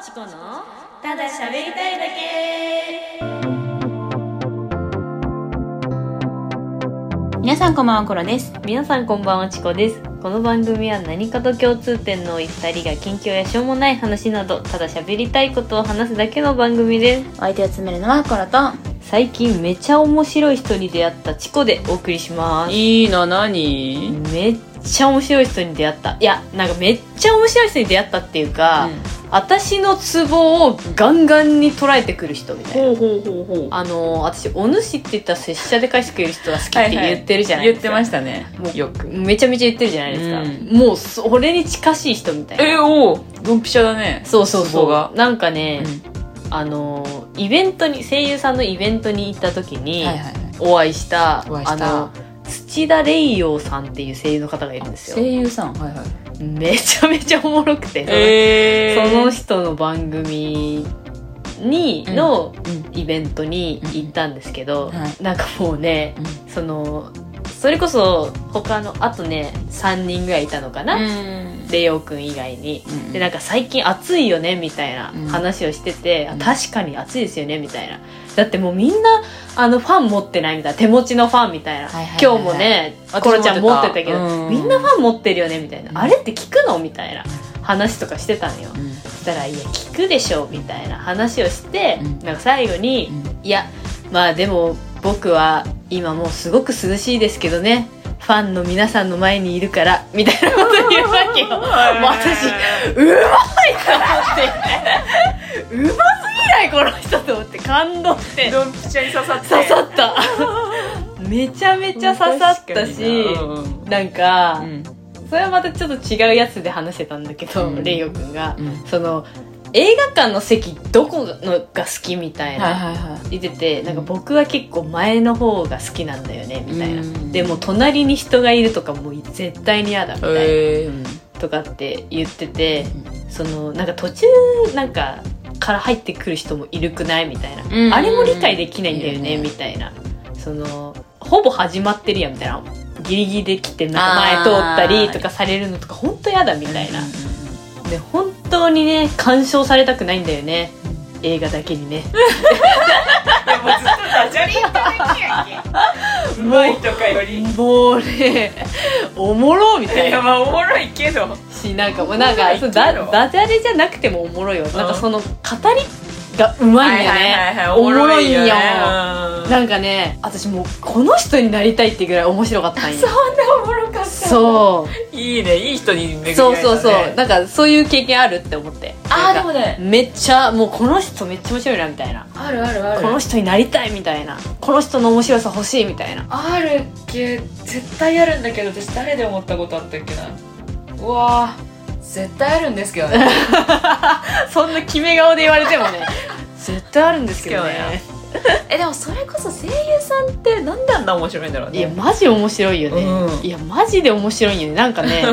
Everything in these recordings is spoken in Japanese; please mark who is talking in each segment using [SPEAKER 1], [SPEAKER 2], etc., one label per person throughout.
[SPEAKER 1] チコのただ喋りたいだけ皆さんこんばんはコロです
[SPEAKER 2] 皆さんこんばんはチコですこの番組は何かと共通点の多い2人が近況やしょうもない話などただ喋りたいことを話すだけの番組で
[SPEAKER 1] お相手を詰めるのはコロと
[SPEAKER 2] す最近めちゃ面白い人に出会ったチコでお送りします
[SPEAKER 1] いいな何
[SPEAKER 2] めっちゃ面白い人に出会ったいやなんかめっちゃ面白い人に出会ったっていうか、私のツボをガンガンに捉えてくる人みたいな
[SPEAKER 1] ほうほうほうほう
[SPEAKER 2] あの私お主って言ったら拙者で返してくれる人が好きって言ってるじゃない
[SPEAKER 1] 言
[SPEAKER 2] で
[SPEAKER 1] っ
[SPEAKER 2] す
[SPEAKER 1] て
[SPEAKER 2] か、
[SPEAKER 1] ましたね
[SPEAKER 2] もう
[SPEAKER 1] よく
[SPEAKER 2] めちゃめちゃ言ってるじゃないですか、
[SPEAKER 1] う
[SPEAKER 2] もうそれに近しい人みたいな
[SPEAKER 1] えおおドンピシャだね
[SPEAKER 2] そうそう
[SPEAKER 1] ツボ
[SPEAKER 2] そ
[SPEAKER 1] が
[SPEAKER 2] うなんか
[SPEAKER 1] う
[SPEAKER 2] ね、
[SPEAKER 1] ん
[SPEAKER 2] あのイベントに声優さんのイベントに行った時に
[SPEAKER 1] はいはいはい
[SPEAKER 2] お会いした,、
[SPEAKER 1] お会いした
[SPEAKER 2] あの土田レイヨーさんっていう声優の方がいるんですよ
[SPEAKER 1] 声優さんはいはい
[SPEAKER 2] めちゃめちゃおもろくて、
[SPEAKER 1] え
[SPEAKER 2] その
[SPEAKER 1] 人
[SPEAKER 2] 人の番組に
[SPEAKER 1] うん
[SPEAKER 2] の
[SPEAKER 1] うん
[SPEAKER 2] イベントに行ったんですけど、
[SPEAKER 1] うんはい
[SPEAKER 2] なんかもうねそのそれこそ他のあとね3人ぐらいいたのかな、
[SPEAKER 1] うん
[SPEAKER 2] レオくん以外に。
[SPEAKER 1] うん
[SPEAKER 2] でなんか最近暑いよねみたいな
[SPEAKER 1] うん
[SPEAKER 2] 話をしてて、
[SPEAKER 1] うん
[SPEAKER 2] 確かに暑いですよねみたいなだってもうみんなあのファン持ってないみたいな手持ちのファンみたいな、
[SPEAKER 1] はいはいはいはい
[SPEAKER 2] 今日もね
[SPEAKER 1] 私
[SPEAKER 2] コロちゃん持ってたけ
[SPEAKER 1] 持ってたう
[SPEAKER 2] ど
[SPEAKER 1] ん
[SPEAKER 2] みんなファン持ってるよねみたいな、
[SPEAKER 1] うん
[SPEAKER 2] あれって聞くのみたいな話とかしてたのよ
[SPEAKER 1] うん
[SPEAKER 2] そしたら「いや聞くでしょ」みたいな話をして、
[SPEAKER 1] うん
[SPEAKER 2] なんか最後に
[SPEAKER 1] うん
[SPEAKER 2] 「いやまあでも僕は今もうすごく涼しいですけどねファンの皆さんの前にいるから」みたいなこと言うわ けよ。もう私うまいと思ってうますぎないこの人と思って感動して
[SPEAKER 1] ドンピシャに刺さって
[SPEAKER 2] 刺さった めちゃめちゃ刺さったしなんか、
[SPEAKER 1] うん
[SPEAKER 2] それはまたちょっと違うやつで話してたんだけど、
[SPEAKER 1] うん
[SPEAKER 2] レイヨくんが、
[SPEAKER 1] うん
[SPEAKER 2] その映画館の席どこのが好きみたいな、
[SPEAKER 1] はいはいはい
[SPEAKER 2] 言っててなんか僕は結構前の方が好きなんだよねみたいな、
[SPEAKER 1] うん
[SPEAKER 2] でも隣に人がいるとかもう絶対に嫌だみたいな、
[SPEAKER 1] え
[SPEAKER 2] とかって言ってて
[SPEAKER 1] ー
[SPEAKER 2] そのなんか途中なんかから入ってくる人もいるくないみたいな、
[SPEAKER 1] うん
[SPEAKER 2] あれも理解できないんだよね、
[SPEAKER 1] うん
[SPEAKER 2] みたいなそのほぼ始まってるやんみたいなギリギリで来てな
[SPEAKER 1] あー
[SPEAKER 2] んか前通ったりとかされるのとか本当やだみたいな、
[SPEAKER 1] う
[SPEAKER 2] で本当にね干渉されたくないんだよね映画だけにね
[SPEAKER 1] んもうずっとダジャレ言ってないやんけうまいとかより
[SPEAKER 2] もうねおもろみたい
[SPEAKER 1] いや
[SPEAKER 2] な
[SPEAKER 1] まあおもろいけど
[SPEAKER 2] しなんかもうなんかそうだ
[SPEAKER 1] おもろいけど
[SPEAKER 2] ダジャレじゃなくてもおもろいよ、なんかその語りがうまいんだよ
[SPEAKER 1] はいはい
[SPEAKER 2] ね、
[SPEAKER 1] はいはい
[SPEAKER 2] おもろいよ
[SPEAKER 1] おもろいよねうん
[SPEAKER 2] なんかね私もうこの人になりたいってぐらい面白かったん
[SPEAKER 1] そ
[SPEAKER 2] よ
[SPEAKER 1] んなおもろかった
[SPEAKER 2] そう
[SPEAKER 1] いいねいい人に巡り合えたね
[SPEAKER 2] そうそうそうなんかそういう経験あるって思って
[SPEAKER 1] あー
[SPEAKER 2] な
[SPEAKER 1] で
[SPEAKER 2] んか
[SPEAKER 1] もね
[SPEAKER 2] めっちゃもうこの人めっちゃ面白いなみたいな
[SPEAKER 1] あるあるあ
[SPEAKER 2] この人になりたいみたいなこの人の面白さ欲しいみたいな
[SPEAKER 1] あるけ絶対あるんだけど私誰で思ったことあったっけなうわー絶対あるんですけどね
[SPEAKER 2] そんな決め顔で言われてもね 絶対あるんですけどね
[SPEAKER 1] えでもそれこそ声優さんってなんであんな面白いんだろうね
[SPEAKER 2] いやマジ面白いよね、
[SPEAKER 1] うん
[SPEAKER 2] いやマジで面白いよねなん かね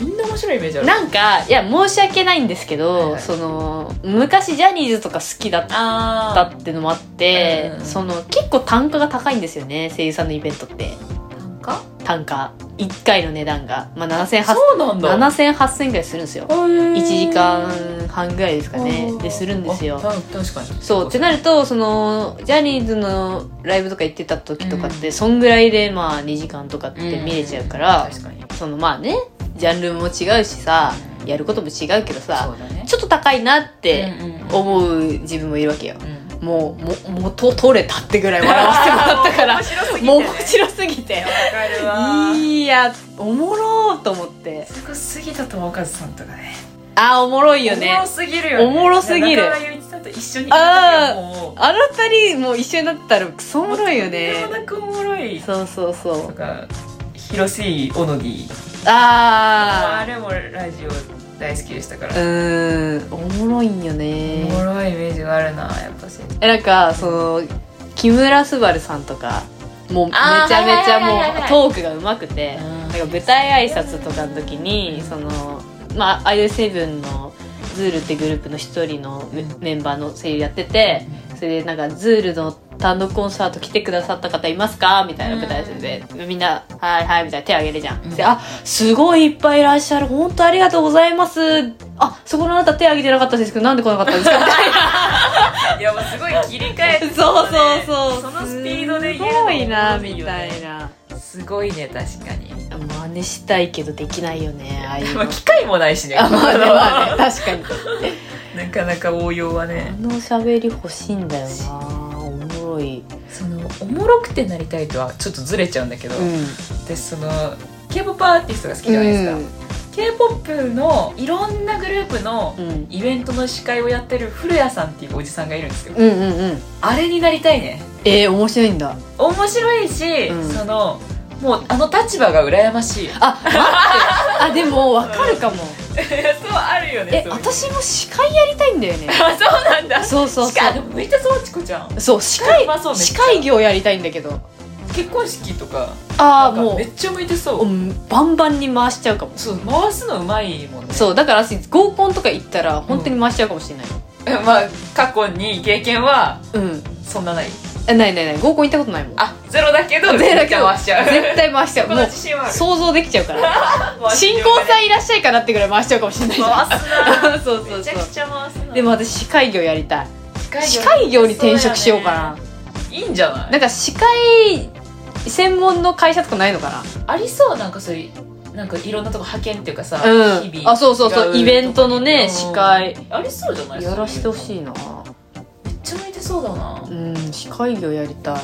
[SPEAKER 1] みんな面白いイメージある
[SPEAKER 2] なんかいや申し訳ないんですけど、
[SPEAKER 1] はいはい
[SPEAKER 2] その昔ジャニーズとか好きだった
[SPEAKER 1] あ
[SPEAKER 2] だったってのもあって、
[SPEAKER 1] うん
[SPEAKER 2] その結構単価が高いんですよね声優さんのイベントって
[SPEAKER 1] なんか
[SPEAKER 2] 単価1回の値段が、まあ、70008000
[SPEAKER 1] そうなんだ
[SPEAKER 2] 7000ぐらいするんですよ
[SPEAKER 1] 1
[SPEAKER 2] 1時間半ぐらいですかねでするんですよ
[SPEAKER 1] 確かに
[SPEAKER 2] そうってなるとそのジャニーズのライブとか行ってた時とかって、そんぐらいでまあ2時間とかって見れちゃうから、
[SPEAKER 1] 確かに
[SPEAKER 2] そのまあねジャンルも違うしさやることも違うけど
[SPEAKER 1] そ
[SPEAKER 2] さ
[SPEAKER 1] うだね
[SPEAKER 2] ちょっと高いなって
[SPEAKER 1] うんうんうん
[SPEAKER 2] 思う自分もいるわけよ、
[SPEAKER 1] うん
[SPEAKER 2] もうも元取れたってぐらい笑わせてもらったから
[SPEAKER 1] 面白すぎて、ね、
[SPEAKER 2] もう面 白すぎて
[SPEAKER 1] わかるわ
[SPEAKER 2] いやおもろーと思って
[SPEAKER 1] すごすぎた友和さんとかね
[SPEAKER 2] あーおもろいよね
[SPEAKER 1] おもろすぎるよ、ね、
[SPEAKER 2] おもろすぎる
[SPEAKER 1] 中川雄一さんと一緒にいた時はもう
[SPEAKER 2] あの二人もう一緒になったらクソおもろいよね
[SPEAKER 1] とんでもなくおもろい
[SPEAKER 2] そうそうそ
[SPEAKER 1] と
[SPEAKER 2] う
[SPEAKER 1] か広瀬井オノディあ
[SPEAKER 2] あ
[SPEAKER 1] れもラジオ大好きでしたから、
[SPEAKER 2] ーうーんおもろいん
[SPEAKER 1] お
[SPEAKER 2] よ
[SPEAKER 1] も
[SPEAKER 2] ね
[SPEAKER 1] ろいイメージがあるなやっぱし
[SPEAKER 2] えなんかその木村昴さんとかもうめち
[SPEAKER 1] あー
[SPEAKER 2] ゃめちゃも
[SPEAKER 1] はいはいはいはいう
[SPEAKER 2] トークがうまくてなんか舞台挨拶とかの時に
[SPEAKER 1] うん
[SPEAKER 2] そのまあアイドルセブンのズールってグループの一人のメ
[SPEAKER 1] うん
[SPEAKER 2] メンバーの声優やっててそれでなんかズールの単独コンサート来てくださった方いますかみたいな舞台挨拶でみんな「はいはい」みたいな手挙げるじゃん。
[SPEAKER 1] うん
[SPEAKER 2] で「あすごいいっぱいいらっしゃる本当ありがとうございます」あそこのあなた手挙げてなかったですけどなんで来なかったんですかみたいない
[SPEAKER 1] やもうすごい切り替えて、ね、
[SPEAKER 2] そうそうそう
[SPEAKER 1] そのスピードで言える
[SPEAKER 2] す
[SPEAKER 1] の
[SPEAKER 2] ごいな
[SPEAKER 1] うま
[SPEAKER 2] み
[SPEAKER 1] よ
[SPEAKER 2] た
[SPEAKER 1] ね
[SPEAKER 2] いな
[SPEAKER 1] すごいね確かに
[SPEAKER 2] 真似したいけどできないよねああいう
[SPEAKER 1] まあ
[SPEAKER 2] の
[SPEAKER 1] 機会もないしね
[SPEAKER 2] あまあねまあね確かに
[SPEAKER 1] なかなか応用は
[SPEAKER 2] あ
[SPEAKER 1] ね
[SPEAKER 2] の喋り欲しいんだよなおもろい
[SPEAKER 1] そのおもろくてなりたいとはちょっとずれちゃうんだけど、
[SPEAKER 2] う
[SPEAKER 1] 私その k p o p アーティストが好きじゃないですか、k p o p のいろんなグループの
[SPEAKER 2] うんうん
[SPEAKER 1] イベントの司会をやってる古谷さんっていうおじさんがいるんですけど、
[SPEAKER 2] うんうんうん
[SPEAKER 1] あれになりたいね
[SPEAKER 2] えー、面白いんだ
[SPEAKER 1] 面白いし、
[SPEAKER 2] うん
[SPEAKER 1] そのもうあの立場が羨ま しいそう
[SPEAKER 2] あ待ってあでもわかるかも
[SPEAKER 1] あるよね
[SPEAKER 2] え
[SPEAKER 1] そういう
[SPEAKER 2] 私も司会やりたいんだよね
[SPEAKER 1] あ そうなんだ
[SPEAKER 2] そうそう
[SPEAKER 1] しかで
[SPEAKER 2] そ
[SPEAKER 1] も向いてそうチコちゃん
[SPEAKER 2] うそう司
[SPEAKER 1] うまそう
[SPEAKER 2] 会
[SPEAKER 1] めっちゃ
[SPEAKER 2] 司会業やりたいんだけど
[SPEAKER 1] 結婚式とか
[SPEAKER 2] あ
[SPEAKER 1] な
[SPEAKER 2] あ
[SPEAKER 1] んか
[SPEAKER 2] も
[SPEAKER 1] めっちゃ向いてそう
[SPEAKER 2] ううんバンバンに回しちゃうかも
[SPEAKER 1] そう回すのうまいもんね
[SPEAKER 2] そうだから私合コンとか行ったら本当に回しちゃうかもしれない
[SPEAKER 1] まあ過去に経験は
[SPEAKER 2] うん
[SPEAKER 1] そんなない
[SPEAKER 2] えないないない合コン行ったことないもん
[SPEAKER 1] あゼロだけど
[SPEAKER 2] ゼロだけど
[SPEAKER 1] 回しちゃう
[SPEAKER 2] 絶対回しちゃ う
[SPEAKER 1] こ
[SPEAKER 2] も
[SPEAKER 1] の
[SPEAKER 2] う
[SPEAKER 1] 自信はある
[SPEAKER 2] 想像できちゃうから
[SPEAKER 1] 回し
[SPEAKER 2] 新
[SPEAKER 1] ちゃう
[SPEAKER 2] 婚さんいらっしゃいかなってぐらい回しちゃうかもしれないじゃん
[SPEAKER 1] 回すな
[SPEAKER 2] そうそう
[SPEAKER 1] めち
[SPEAKER 2] そ
[SPEAKER 1] ゃく
[SPEAKER 2] う
[SPEAKER 1] ちゃ回すな
[SPEAKER 2] でも私司会業やりたい
[SPEAKER 1] 司会
[SPEAKER 2] 司会業に転職しようかな、
[SPEAKER 1] いいんじゃない
[SPEAKER 2] なんか司会専門の会社とかないのか
[SPEAKER 1] ありそうなんかそういうなんかいろんなとこ派遣っていうかさ、
[SPEAKER 2] なうん
[SPEAKER 1] 日々
[SPEAKER 2] あそうそうそうイベントのね
[SPEAKER 1] うん
[SPEAKER 2] 司会
[SPEAKER 1] ありそうじゃない
[SPEAKER 2] やらしてほし
[SPEAKER 1] い
[SPEAKER 2] いな
[SPEAKER 1] めっちゃ向いてそうだな、
[SPEAKER 2] うん司会業やりた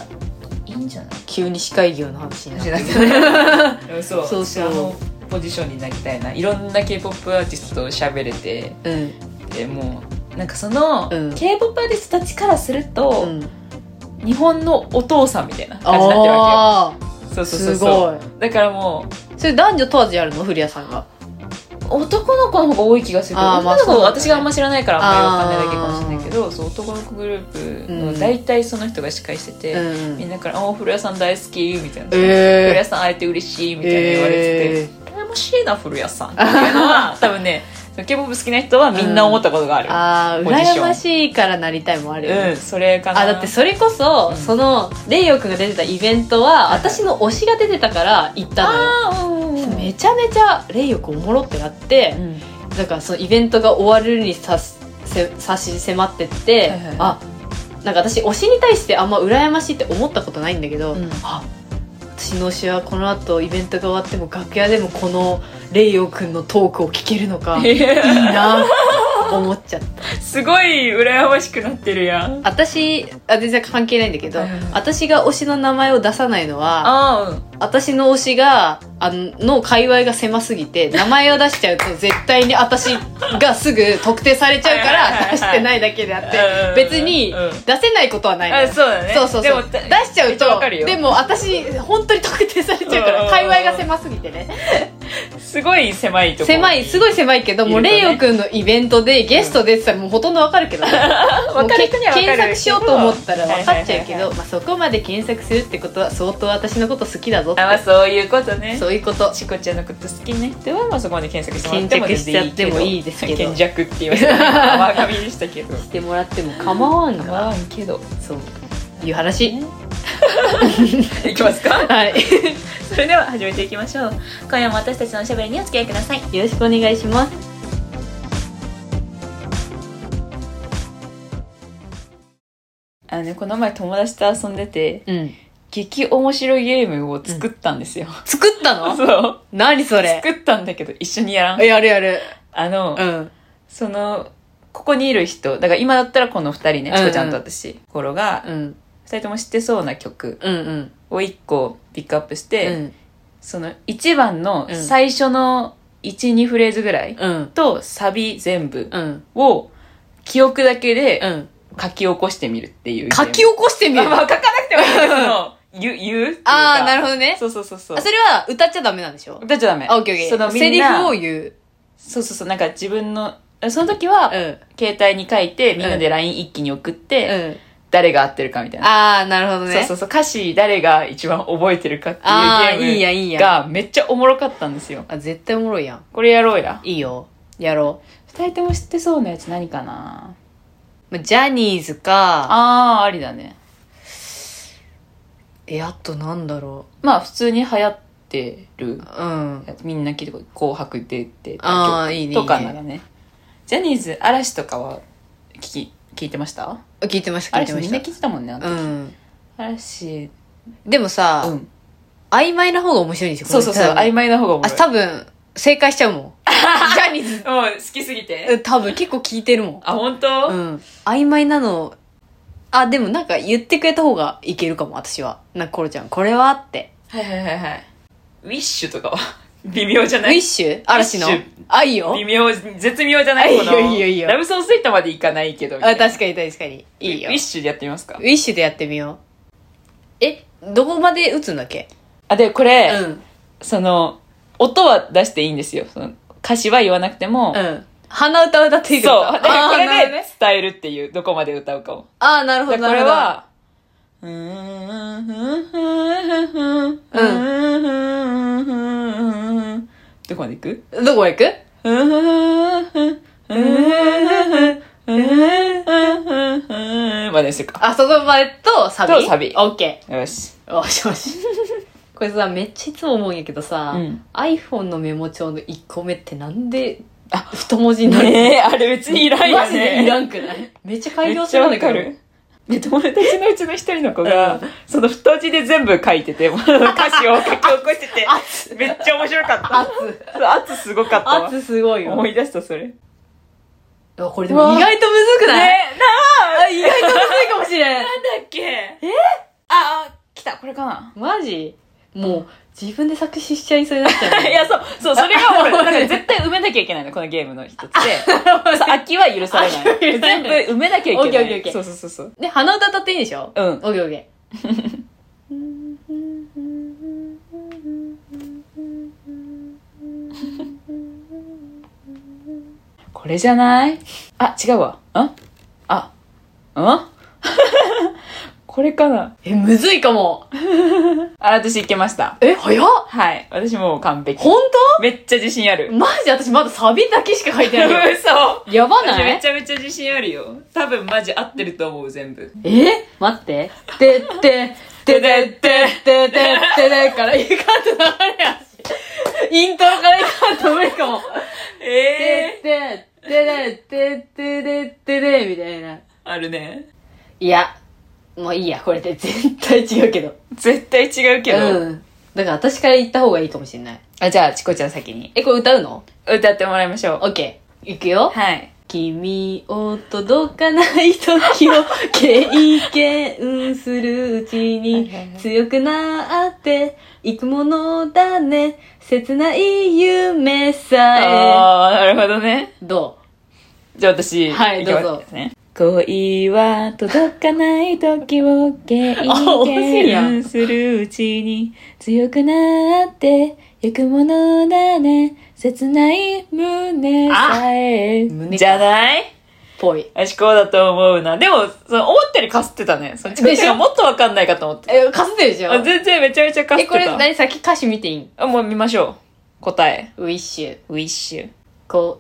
[SPEAKER 1] い
[SPEAKER 2] い
[SPEAKER 1] いんじゃない
[SPEAKER 2] 急に司会業の話になる
[SPEAKER 1] うんそう
[SPEAKER 2] そうそう
[SPEAKER 1] あのポジションになりたいないろんな k p o p アーティストと喋れて
[SPEAKER 2] うん
[SPEAKER 1] でもうなんかその、
[SPEAKER 2] うん
[SPEAKER 1] k p o p アーティストたちからする
[SPEAKER 2] う
[SPEAKER 1] と、
[SPEAKER 2] ん
[SPEAKER 1] 日本のお父さんみたいな感じになってるわ
[SPEAKER 2] ああ
[SPEAKER 1] けよそうそうそう
[SPEAKER 2] す
[SPEAKER 1] そう
[SPEAKER 2] ごい
[SPEAKER 1] だからもう
[SPEAKER 2] それ男女問わずやるの古谷さんが
[SPEAKER 1] 男の子の方が多い気がするけど
[SPEAKER 2] あーまあ
[SPEAKER 1] 女の子は
[SPEAKER 2] そうだね
[SPEAKER 1] 私があんま知らないからあんまりわかんないだけかもしれないけどそう男の子グループ
[SPEAKER 2] う
[SPEAKER 1] の
[SPEAKER 2] ん
[SPEAKER 1] 大体その人が司会してて、
[SPEAKER 2] うん
[SPEAKER 1] みんなから「あお古谷さん大好き」みたいな「
[SPEAKER 2] えー
[SPEAKER 1] 古谷さん会えて嬉しい」みたいな言われてて、
[SPEAKER 2] え
[SPEAKER 1] 羨ましいな古谷さんっていうの は多分ね k p o p 好きな人はみんな思ったことがある
[SPEAKER 2] ー、あー
[SPEAKER 1] ポジション
[SPEAKER 2] 羨ましいからなりたいもあるよね
[SPEAKER 1] うん、それかな
[SPEAKER 2] あだってそれこそ、
[SPEAKER 1] うん
[SPEAKER 2] そのレイヨくんが出てたイベントは私の推しが出てたから行ったのよ
[SPEAKER 1] あうんうんうん
[SPEAKER 2] めちゃめちゃレイヨくんおもろってなって、だからそのイベントが終わるにさすせ差し迫ってって、
[SPEAKER 1] はいはいはい
[SPEAKER 2] あなんか私推しに対してあんま羨ましいって思ったことないんだけど、
[SPEAKER 1] うん
[SPEAKER 2] あ私の推しはこの後イベントが終わっても楽屋でもこのレイヨくんのトークを聞ける のかいいなと 思っちゃった
[SPEAKER 1] すごい羨ましくなってるやん
[SPEAKER 2] 私あ全然関係ないんだけど、
[SPEAKER 1] はいはいはい
[SPEAKER 2] 私が推しの名前を出さないのは
[SPEAKER 1] あうん
[SPEAKER 2] 私の推しがあの界隈が狭すぎて名前を出しちゃうと絶対に私がすぐ特定されちゃうか
[SPEAKER 1] はいはいはいは
[SPEAKER 2] ら
[SPEAKER 1] い
[SPEAKER 2] 出してないだけであって
[SPEAKER 1] うん
[SPEAKER 2] 別に
[SPEAKER 1] うん
[SPEAKER 2] 出せないことはないの
[SPEAKER 1] あそうだね
[SPEAKER 2] そうそうそう
[SPEAKER 1] でも
[SPEAKER 2] 出
[SPEAKER 1] た
[SPEAKER 2] しちゃ
[SPEAKER 1] め
[SPEAKER 2] う
[SPEAKER 1] っちゃわ
[SPEAKER 2] と
[SPEAKER 1] かるよ
[SPEAKER 2] でも私本当に特定されちゃうか
[SPEAKER 1] うん
[SPEAKER 2] ら界隈が狭すぎてね
[SPEAKER 1] すごい狭いとこ
[SPEAKER 2] 狭いす
[SPEAKER 1] い
[SPEAKER 2] ごい狭いけどもう
[SPEAKER 1] いるとね
[SPEAKER 2] レイヨくんのイベントでゲスト出てたらもうほとんどわかる けどね
[SPEAKER 1] 分かる人には分かる
[SPEAKER 2] 検索しようと思ったら分かっちゃうけ
[SPEAKER 1] はいはいはい
[SPEAKER 2] ど、まあ、そこまで検索するってことは相当私のこと好きだぞっ
[SPEAKER 1] あまあ
[SPEAKER 2] て
[SPEAKER 1] そういうことね
[SPEAKER 2] そういうこと
[SPEAKER 1] チコちゃんのこと好きな人は、まあ、そこまで検索してもら
[SPEAKER 2] 検
[SPEAKER 1] っても
[SPEAKER 2] 索しちゃってもいい
[SPEAKER 1] で
[SPEAKER 2] ですす
[SPEAKER 1] け
[SPEAKER 2] け
[SPEAKER 1] ど
[SPEAKER 2] ど
[SPEAKER 1] 検索って言われて 甘噛みでしたけど
[SPEAKER 2] してもらっても構わん
[SPEAKER 1] ま
[SPEAKER 2] が
[SPEAKER 1] あけど
[SPEAKER 2] そういう話
[SPEAKER 1] ね いきますか
[SPEAKER 2] はい
[SPEAKER 1] それでは始めていきましょう今夜も私たちのおしゃべりにお付き合いください
[SPEAKER 2] よろしくお願いします
[SPEAKER 1] あのねこの前友達と遊んでて
[SPEAKER 2] うん
[SPEAKER 1] 激面白いゲームを作ったんですよ、
[SPEAKER 2] 作ったの
[SPEAKER 1] そう
[SPEAKER 2] 何それ
[SPEAKER 1] 作ったんだけど一緒にやらん
[SPEAKER 2] やるやる
[SPEAKER 1] あの、
[SPEAKER 2] うん
[SPEAKER 1] そのここにいる人だから今だったらこの二人ね
[SPEAKER 2] うん
[SPEAKER 1] チ
[SPEAKER 2] うん
[SPEAKER 1] コちゃんと私コロが
[SPEAKER 2] うん
[SPEAKER 1] 二人とも知ってそうな曲
[SPEAKER 2] うんうん
[SPEAKER 1] を一個ピックアップして、
[SPEAKER 2] うん
[SPEAKER 1] その一番の
[SPEAKER 2] うん
[SPEAKER 1] 最初の12、2フレーズぐらい
[SPEAKER 2] うん
[SPEAKER 1] とサビ全部
[SPEAKER 2] うん
[SPEAKER 1] を記憶だけ
[SPEAKER 2] う
[SPEAKER 1] で
[SPEAKER 2] ん
[SPEAKER 1] 書き起こしてみるっていう
[SPEAKER 2] 書き起こしてみ
[SPEAKER 1] ま
[SPEAKER 2] る
[SPEAKER 1] あまあ書かなくてもいいけどその言う言うっていう
[SPEAKER 2] ああなる
[SPEAKER 1] ほ
[SPEAKER 2] ほどね
[SPEAKER 1] そうそうそうそう
[SPEAKER 2] あそれは歌っちゃダメなんでしょ
[SPEAKER 1] 歌っちゃダメ
[SPEAKER 2] あオッケーオッケー
[SPEAKER 1] そのみんな
[SPEAKER 2] セリフを言う
[SPEAKER 1] そうそうそうなんか自分のその時は、
[SPEAKER 2] うん
[SPEAKER 1] 携帯に書いてみんなで LINE 一気に送って、
[SPEAKER 2] うん
[SPEAKER 1] 誰が合ってるかみたいな。
[SPEAKER 2] ああなるほどね
[SPEAKER 1] そうそうそう。歌詞誰が一番覚えてるかって
[SPEAKER 2] ああー
[SPEAKER 1] い
[SPEAKER 2] いうい
[SPEAKER 1] ゲ
[SPEAKER 2] や
[SPEAKER 1] ー
[SPEAKER 2] いい
[SPEAKER 1] ム
[SPEAKER 2] や
[SPEAKER 1] がめっちゃおもろかったんですよ。
[SPEAKER 2] あ絶対おもろいやん
[SPEAKER 1] これやろうや。
[SPEAKER 2] いいよやろ
[SPEAKER 1] 二人とも知ってそうなやつ何かな
[SPEAKER 2] うまジャニーズか
[SPEAKER 1] ああ、ありだね。
[SPEAKER 2] えあとなんだろ
[SPEAKER 1] まあ普通に流行ってる
[SPEAKER 2] ううん
[SPEAKER 1] やつ。みんな聞いてこい紅白出てた
[SPEAKER 2] あーいいね
[SPEAKER 1] 曲とかならね。ジャニーズ嵐とかは聞き聞いてました
[SPEAKER 2] 聞いてました聞い
[SPEAKER 1] 嵐
[SPEAKER 2] てま
[SPEAKER 1] み
[SPEAKER 2] し
[SPEAKER 1] ん
[SPEAKER 2] た
[SPEAKER 1] な聞いてたもんね、あの
[SPEAKER 2] う
[SPEAKER 1] 時
[SPEAKER 2] ん
[SPEAKER 1] 嵐
[SPEAKER 2] でもさ、
[SPEAKER 1] うん
[SPEAKER 2] 曖昧な方が面白いんですよ
[SPEAKER 1] そうそうそう
[SPEAKER 2] これ
[SPEAKER 1] 曖昧な方が面
[SPEAKER 2] あ
[SPEAKER 1] 白い
[SPEAKER 2] 多分正解しちゃうも んジャニーズ
[SPEAKER 1] もう好きすぎ
[SPEAKER 2] う
[SPEAKER 1] て
[SPEAKER 2] ん多分結構聞いてるもん
[SPEAKER 1] あ本当、
[SPEAKER 2] うん曖昧なのあでもなんか言ってくれた方がいけるかも私はなんかコロちゃんこれはって
[SPEAKER 1] はいはいはいはいウィッシュとかは微妙じゃ
[SPEAKER 2] ウ
[SPEAKER 1] な
[SPEAKER 2] ィッ
[SPEAKER 1] い
[SPEAKER 2] シュ嵐の
[SPEAKER 1] ウィッシ
[SPEAKER 2] あいいよ
[SPEAKER 1] 微妙絶妙じゃない
[SPEAKER 2] いい
[SPEAKER 1] こ
[SPEAKER 2] よ
[SPEAKER 1] の
[SPEAKER 2] いいよいいよ
[SPEAKER 1] ラブソングスイートまでいかないけどみた
[SPEAKER 2] あ
[SPEAKER 1] いな
[SPEAKER 2] 確かに確かにいいよ
[SPEAKER 1] ウィッシュでやってみますか
[SPEAKER 2] ウィッシュでやってみようえどこまで打つんだっけ
[SPEAKER 1] あでこれ、
[SPEAKER 2] うん
[SPEAKER 1] その音は出していいんですよその歌詞は言わなくても、
[SPEAKER 2] うん鼻歌を歌っていいってこ
[SPEAKER 1] そ
[SPEAKER 2] と
[SPEAKER 1] う。だからこれで伝えるっていう、どこまで歌うかを。
[SPEAKER 2] あーなるほ
[SPEAKER 1] だ
[SPEAKER 2] ど
[SPEAKER 1] から
[SPEAKER 2] な
[SPEAKER 1] こ
[SPEAKER 2] る
[SPEAKER 1] れ
[SPEAKER 2] ほど
[SPEAKER 1] は、うーん、うん、どこまでいく
[SPEAKER 2] どこへ行く
[SPEAKER 1] までにするか。
[SPEAKER 2] あそこまでとサビ
[SPEAKER 1] とサビ
[SPEAKER 2] オッケ
[SPEAKER 1] よし。
[SPEAKER 2] ーよしよしこれさめっちゃいつも思うんやけどさ、
[SPEAKER 1] うん
[SPEAKER 2] iPhone のメモ帳の1個目ってなんで
[SPEAKER 1] あ
[SPEAKER 2] 太文字になる
[SPEAKER 1] ねえ、あれ別にいらんよね。
[SPEAKER 2] マジでいらんくないめっちゃ改良するん
[SPEAKER 1] め
[SPEAKER 2] だ
[SPEAKER 1] っちゃ
[SPEAKER 2] け
[SPEAKER 1] わか
[SPEAKER 2] ど
[SPEAKER 1] る。で、友達のうちの一人の子
[SPEAKER 2] う
[SPEAKER 1] が
[SPEAKER 2] ん、
[SPEAKER 1] その太字で全部書いてて、もう歌詞を書き起こしてて、めっちゃ面白かった。
[SPEAKER 2] 圧
[SPEAKER 1] 圧すごかったわ。
[SPEAKER 2] 圧すごいよ
[SPEAKER 1] 思い出した、それ。ね
[SPEAKER 2] あこれでも意外とむずく
[SPEAKER 1] な
[SPEAKER 2] ない、
[SPEAKER 1] あ
[SPEAKER 2] あ意外とむずいかもしれん
[SPEAKER 1] なんだっけえあ、あ来た、これかな。
[SPEAKER 2] マジもう自分で作詞しちゃいそうになっちゃう
[SPEAKER 1] いや、そう、そう、それがもう、な
[SPEAKER 2] あ
[SPEAKER 1] んか絶対埋めなきゃいけないの、このゲームの一つで。そう空きは許され
[SPEAKER 2] 空きは
[SPEAKER 1] ない。
[SPEAKER 2] 許され
[SPEAKER 1] 全部
[SPEAKER 2] ない
[SPEAKER 1] 埋めなきゃい
[SPEAKER 2] オッケーオッケー
[SPEAKER 1] けない。
[SPEAKER 2] オッケー
[SPEAKER 1] そうそうそうそう。
[SPEAKER 2] で鼻歌歌っていいんでしょ
[SPEAKER 1] うん
[SPEAKER 2] オッケーオッケ
[SPEAKER 1] これじゃないあ、違うわ。んあ、ん これかな
[SPEAKER 2] ーえむずいかも
[SPEAKER 1] あ、私いけました。
[SPEAKER 2] え早っ
[SPEAKER 1] はい。私もう完璧。
[SPEAKER 2] 本
[SPEAKER 1] めっちゃ自信あ
[SPEAKER 2] 当
[SPEAKER 1] る。
[SPEAKER 2] マジ私まだサビだけしか書いてないよ
[SPEAKER 1] 嘘
[SPEAKER 2] やば
[SPEAKER 1] 私
[SPEAKER 2] な
[SPEAKER 1] め
[SPEAKER 2] い
[SPEAKER 1] ちゃめちゃ自信あるよ。多分マジ合ってると思う、全部。
[SPEAKER 2] え待って。てって、ててって、ててっててから、いかんと流れやし。イントロからいかんと無理かも。て
[SPEAKER 1] ええ
[SPEAKER 2] って、てて、ててててて、みたいな。
[SPEAKER 1] あるね。
[SPEAKER 2] いや、もういいや、これで絶対違うけど。
[SPEAKER 1] 絶対違うけど。
[SPEAKER 2] うん。だから私から言った方がいいかもしれない。
[SPEAKER 1] あ、じゃあ、チコちゃん先に。
[SPEAKER 2] え、これ歌うの
[SPEAKER 1] 歌ってもらいましょう。
[SPEAKER 2] オッケー。いくよ。
[SPEAKER 1] はい。
[SPEAKER 2] 君を届かない時を経験するうちに強くなっていくものだね切ない夢さえ
[SPEAKER 1] ああ、なるほどね。
[SPEAKER 2] ど
[SPEAKER 1] じゃあ私、
[SPEAKER 2] はい
[SPEAKER 1] きます
[SPEAKER 2] どうぞ
[SPEAKER 1] ね恋は届かない時を経験するうちに強くなってゆくものだね切ない胸さえ
[SPEAKER 2] あ胸か
[SPEAKER 1] じゃない
[SPEAKER 2] っぽい
[SPEAKER 1] 私こうだと思うなでもその思ったよりかすってたねそのち
[SPEAKER 2] でしょ
[SPEAKER 1] がもっとわかんないかと思って
[SPEAKER 2] えかすってるでしょ
[SPEAKER 1] あ全然めちゃめちゃかすっ
[SPEAKER 2] え
[SPEAKER 1] て
[SPEAKER 2] これ
[SPEAKER 1] た
[SPEAKER 2] 何さっき歌詞見ていいん
[SPEAKER 1] あもう見ましょう答え
[SPEAKER 2] ウィッシュ
[SPEAKER 1] ウィッシュ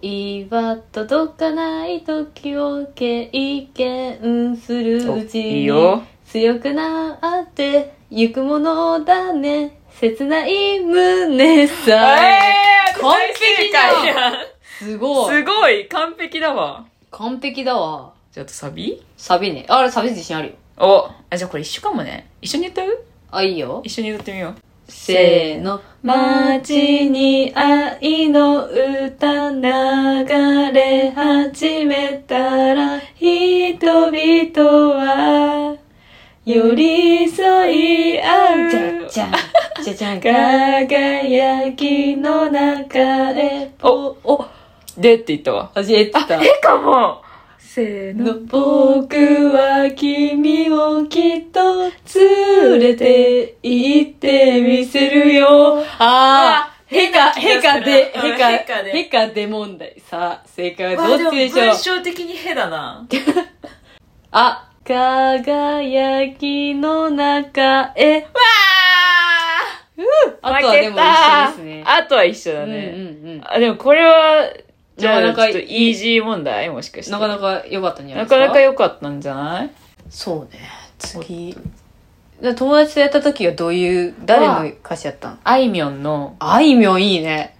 [SPEAKER 2] 恋は届かない時を経験するうちに
[SPEAKER 1] いいよ
[SPEAKER 2] 強くなってゆくものだね切ない胸
[SPEAKER 1] え
[SPEAKER 2] さえ
[SPEAKER 1] ー、
[SPEAKER 2] 完璧じゃん
[SPEAKER 1] 大正解
[SPEAKER 2] すごい
[SPEAKER 1] すごい完璧だわ
[SPEAKER 2] 完璧だわ
[SPEAKER 1] じゃああとサビ
[SPEAKER 2] サビねああれサビ自信あるよ
[SPEAKER 1] おあじゃあこれ一緒かもね一緒に歌う
[SPEAKER 2] あいいよ
[SPEAKER 1] 一緒に歌ってみよう
[SPEAKER 2] せーの街に愛の歌流れ始めたら人々は寄り添い合うじゃじゃんじゃじゃん輝きの中へ
[SPEAKER 1] お
[SPEAKER 2] お
[SPEAKER 1] でって言ったわ
[SPEAKER 2] あえた
[SPEAKER 1] かもせーの
[SPEAKER 2] 僕は君をきっと連れて行ってみせるよ。あー、へか、へかで、
[SPEAKER 1] うん
[SPEAKER 2] へか、
[SPEAKER 1] へかで
[SPEAKER 2] へかで問題。さあ、正解はどっちでしょう
[SPEAKER 1] 章的にへだな
[SPEAKER 2] あ、輝きの中へ。
[SPEAKER 1] わ
[SPEAKER 2] あ
[SPEAKER 1] あ
[SPEAKER 2] とはでも一緒ですね。
[SPEAKER 1] あとは一緒だ
[SPEAKER 2] うんうん
[SPEAKER 1] ね、
[SPEAKER 2] うん。
[SPEAKER 1] あでもこれはじゃあちょ
[SPEAKER 2] な
[SPEAKER 1] っ
[SPEAKER 2] かなか
[SPEAKER 1] とイージー問題もしかして
[SPEAKER 2] なかなか良かったんじゃない
[SPEAKER 1] な
[SPEAKER 2] ですか
[SPEAKER 1] かなか良かったんじゃない
[SPEAKER 2] そうね。次。で友達とやった時はどういう、誰の歌詞やったの
[SPEAKER 1] あいみょんの
[SPEAKER 2] あいみょんいいね。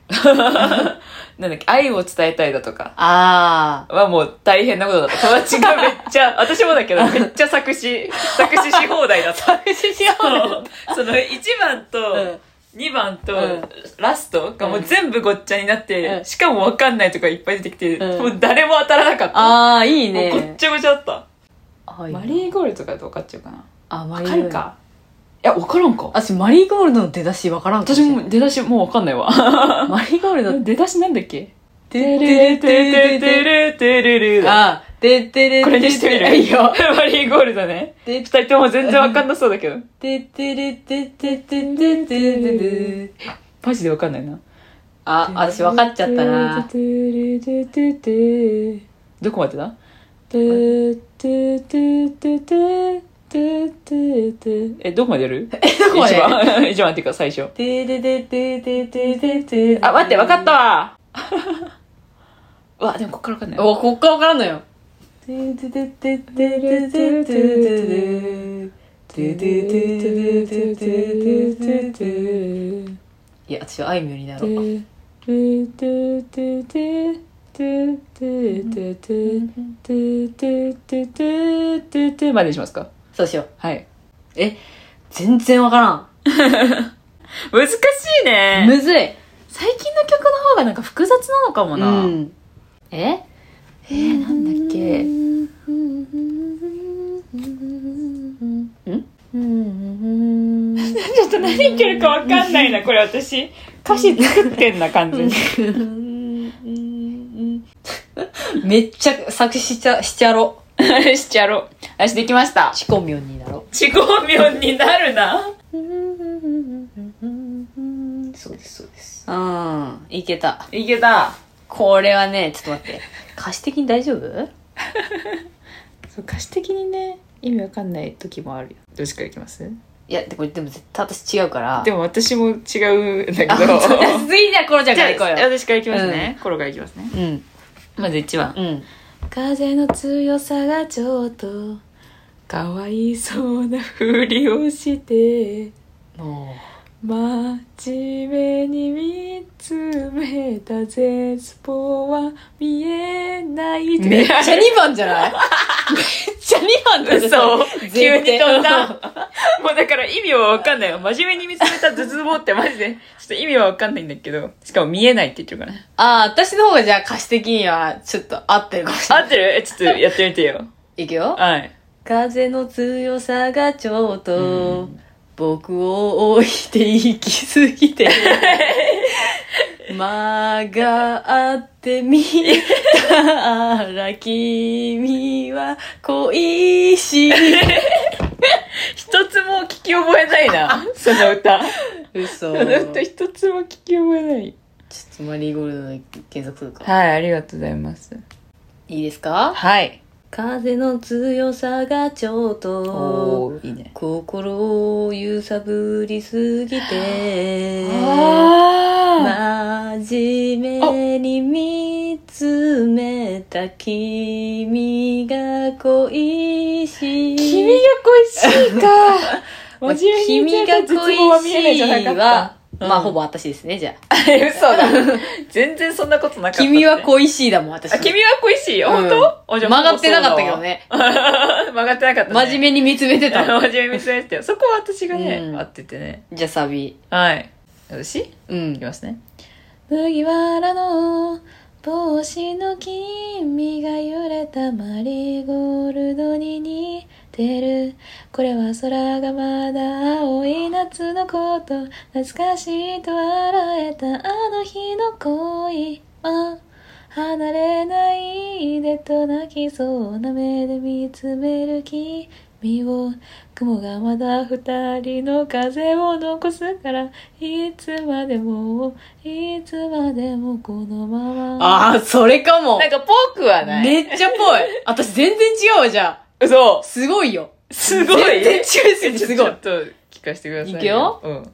[SPEAKER 1] なんだっけ、愛を伝えたいだとか
[SPEAKER 2] あ
[SPEAKER 1] はもう大変なことだった。友達がめっちゃ、私もだけど、めっちゃ作詞、作詞し放題だった。
[SPEAKER 2] あ。しよ
[SPEAKER 1] そうその1番
[SPEAKER 2] う
[SPEAKER 1] と
[SPEAKER 2] ん
[SPEAKER 1] 2番と
[SPEAKER 2] うん
[SPEAKER 1] ラストがもう全部ごっちゃになって、
[SPEAKER 2] うん
[SPEAKER 1] しかも分かんないとかいっぱい出てきて、
[SPEAKER 2] うん
[SPEAKER 1] もう誰も当たらなかった。
[SPEAKER 2] ああ、いい
[SPEAKER 1] もうごっ
[SPEAKER 2] ね。
[SPEAKER 1] ちゃごちゃだった。
[SPEAKER 2] あ
[SPEAKER 1] マリーゴールドとかどうかっちゃうかな。
[SPEAKER 2] あ、マ
[SPEAKER 1] わ
[SPEAKER 2] リー
[SPEAKER 1] かるかいや、分からんか。
[SPEAKER 2] 私、マリーゴールドの出だし分からんか
[SPEAKER 1] 私
[SPEAKER 2] しれん
[SPEAKER 1] も出だしもう分かんないわ。
[SPEAKER 2] マリーゴールドって、
[SPEAKER 1] 出だしなんだっけ
[SPEAKER 2] てれてれてれてれ。
[SPEAKER 1] るてるるあ、
[SPEAKER 2] あ、ててれてれてれ。
[SPEAKER 1] これにしてみる。
[SPEAKER 2] いいよ。。
[SPEAKER 1] マリーゴールドね。
[SPEAKER 2] て
[SPEAKER 1] 二人とも全然分かんなそうだけど。
[SPEAKER 2] ててれてててててて。
[SPEAKER 1] マジで分かんないな。
[SPEAKER 2] あ、私分かっちゃったな。
[SPEAKER 1] どこまでだえ、どこまでやる
[SPEAKER 2] え、ど
[SPEAKER 1] 一
[SPEAKER 2] こまで
[SPEAKER 1] 番、 一番っていうか最初。
[SPEAKER 2] てれてててててて。
[SPEAKER 1] あ、待って、分かった わうわ、でもこっから分かんない。
[SPEAKER 2] お、こっから分からんのよ。いや、私はあいみょんになろう。
[SPEAKER 1] までにしますか
[SPEAKER 2] そうしよう。
[SPEAKER 1] はい。
[SPEAKER 2] え、全然わからん。
[SPEAKER 1] 難しいね
[SPEAKER 2] むずい。
[SPEAKER 1] 最近の曲の方がなんか複雑なのかもな。
[SPEAKER 2] うん。
[SPEAKER 1] ええー、なんだっけ
[SPEAKER 2] ん
[SPEAKER 1] ちょっと何言ってるかわかんないな、これ私。歌詞作ってんな、完全に。
[SPEAKER 2] めっちゃ作詞しちゃ、しちゃろ。
[SPEAKER 1] しちゃろう。私できました。
[SPEAKER 2] チコミョンになろ。
[SPEAKER 1] ちごみょんになるな。そうです、そうです。
[SPEAKER 2] うん。いけた。
[SPEAKER 1] いけた。
[SPEAKER 2] これはね、ちょっと待って。歌詞的に大丈夫
[SPEAKER 1] そう歌詞的にね、意味わかんない時もあるよ。どっちからいきます
[SPEAKER 2] いや、でも、でも絶対私違うから。
[SPEAKER 1] で
[SPEAKER 2] も、
[SPEAKER 1] も私も違うんだけど
[SPEAKER 2] あ、。 本当次じゃあ、コロちゃん
[SPEAKER 1] じ
[SPEAKER 2] か
[SPEAKER 1] ゃあ
[SPEAKER 2] ら行こうよ。
[SPEAKER 1] 私からいきますね。コロからいきますね。
[SPEAKER 2] うん。
[SPEAKER 1] まず1番。
[SPEAKER 2] うん。
[SPEAKER 1] 風の強さがちょっと、かわいそうなふりをして、
[SPEAKER 2] も。
[SPEAKER 1] 真面目に見つめた絶望は見えないう
[SPEAKER 2] めっちゃ2番じゃないめっちゃ2番じゃない
[SPEAKER 1] そう
[SPEAKER 2] 絶
[SPEAKER 1] 急
[SPEAKER 2] 対
[SPEAKER 1] に飛んだもうだから意味は分かんないよ真面目に見つめた絶望ってマジでちょっと意味は分かんないんだけどしかも見えないって言ってるからね
[SPEAKER 2] あー、私の方がじゃあ歌詞的にはちょっと合ってるかもしれ
[SPEAKER 1] 合
[SPEAKER 2] ない。
[SPEAKER 1] ってるえちょっとやってみてよ
[SPEAKER 2] いくよ。
[SPEAKER 1] はい
[SPEAKER 2] 風の強さがちょっ
[SPEAKER 1] う
[SPEAKER 2] と、僕を置いて行き過ぎ て、間があってみたら君は恋しい。
[SPEAKER 1] 一つも聞き覚えないなその歌
[SPEAKER 2] 嘘。
[SPEAKER 1] その
[SPEAKER 2] ちょっ
[SPEAKER 1] 歌一つも聞き覚えない
[SPEAKER 2] とマリーゴールドで検索するか。
[SPEAKER 1] はいありがとうございます
[SPEAKER 2] いいですか
[SPEAKER 1] はい
[SPEAKER 2] 風の強さがちょっと、
[SPEAKER 1] ーいいね
[SPEAKER 2] 心を揺さぶりすぎて
[SPEAKER 1] あ
[SPEAKER 2] 真面目に見つめた君が恋しい
[SPEAKER 1] 君が恋しいか
[SPEAKER 2] まあ
[SPEAKER 1] 真面目に見つめた絶望は見えないじゃなか
[SPEAKER 2] 君
[SPEAKER 1] っ
[SPEAKER 2] が恋しいは
[SPEAKER 1] た
[SPEAKER 2] まあほぼ私ですねじゃあ
[SPEAKER 1] え 嘘だ。全然そんなことなかったって。
[SPEAKER 2] 君は恋しいだもん私
[SPEAKER 1] あ、君は恋しいよ。
[SPEAKER 2] うん
[SPEAKER 1] 本当、あじゃあ
[SPEAKER 2] 曲がってなかったけど。ね
[SPEAKER 1] もうそうだわ 曲がってなかった、ね。
[SPEAKER 2] 真面目に見つめてた
[SPEAKER 1] あの 真面目に見つめてたよ。そこは私がね、
[SPEAKER 2] うん
[SPEAKER 1] 合っててね。
[SPEAKER 2] じゃあサビ
[SPEAKER 1] はい。私い
[SPEAKER 2] うん
[SPEAKER 1] きますね。麦わらの帽子の君が揺れたマリーゴールドに似てるこれは空がまだ青い夏のこと懐かしいと笑えたあの日の恋は離れないでと泣きそうな目で見つめる君を雲がまだ二人の風を残すからいつまでもいつまでもこのまま
[SPEAKER 2] ああそれかも
[SPEAKER 1] なんかポークはない
[SPEAKER 2] めっちゃぽい私全然違うわじゃあ
[SPEAKER 1] 嘘
[SPEAKER 2] すごいよ
[SPEAKER 1] すごい
[SPEAKER 2] 全然違いすぎてすご
[SPEAKER 1] ちょ
[SPEAKER 2] い
[SPEAKER 1] っと聞かせてください
[SPEAKER 2] いくよ
[SPEAKER 1] うん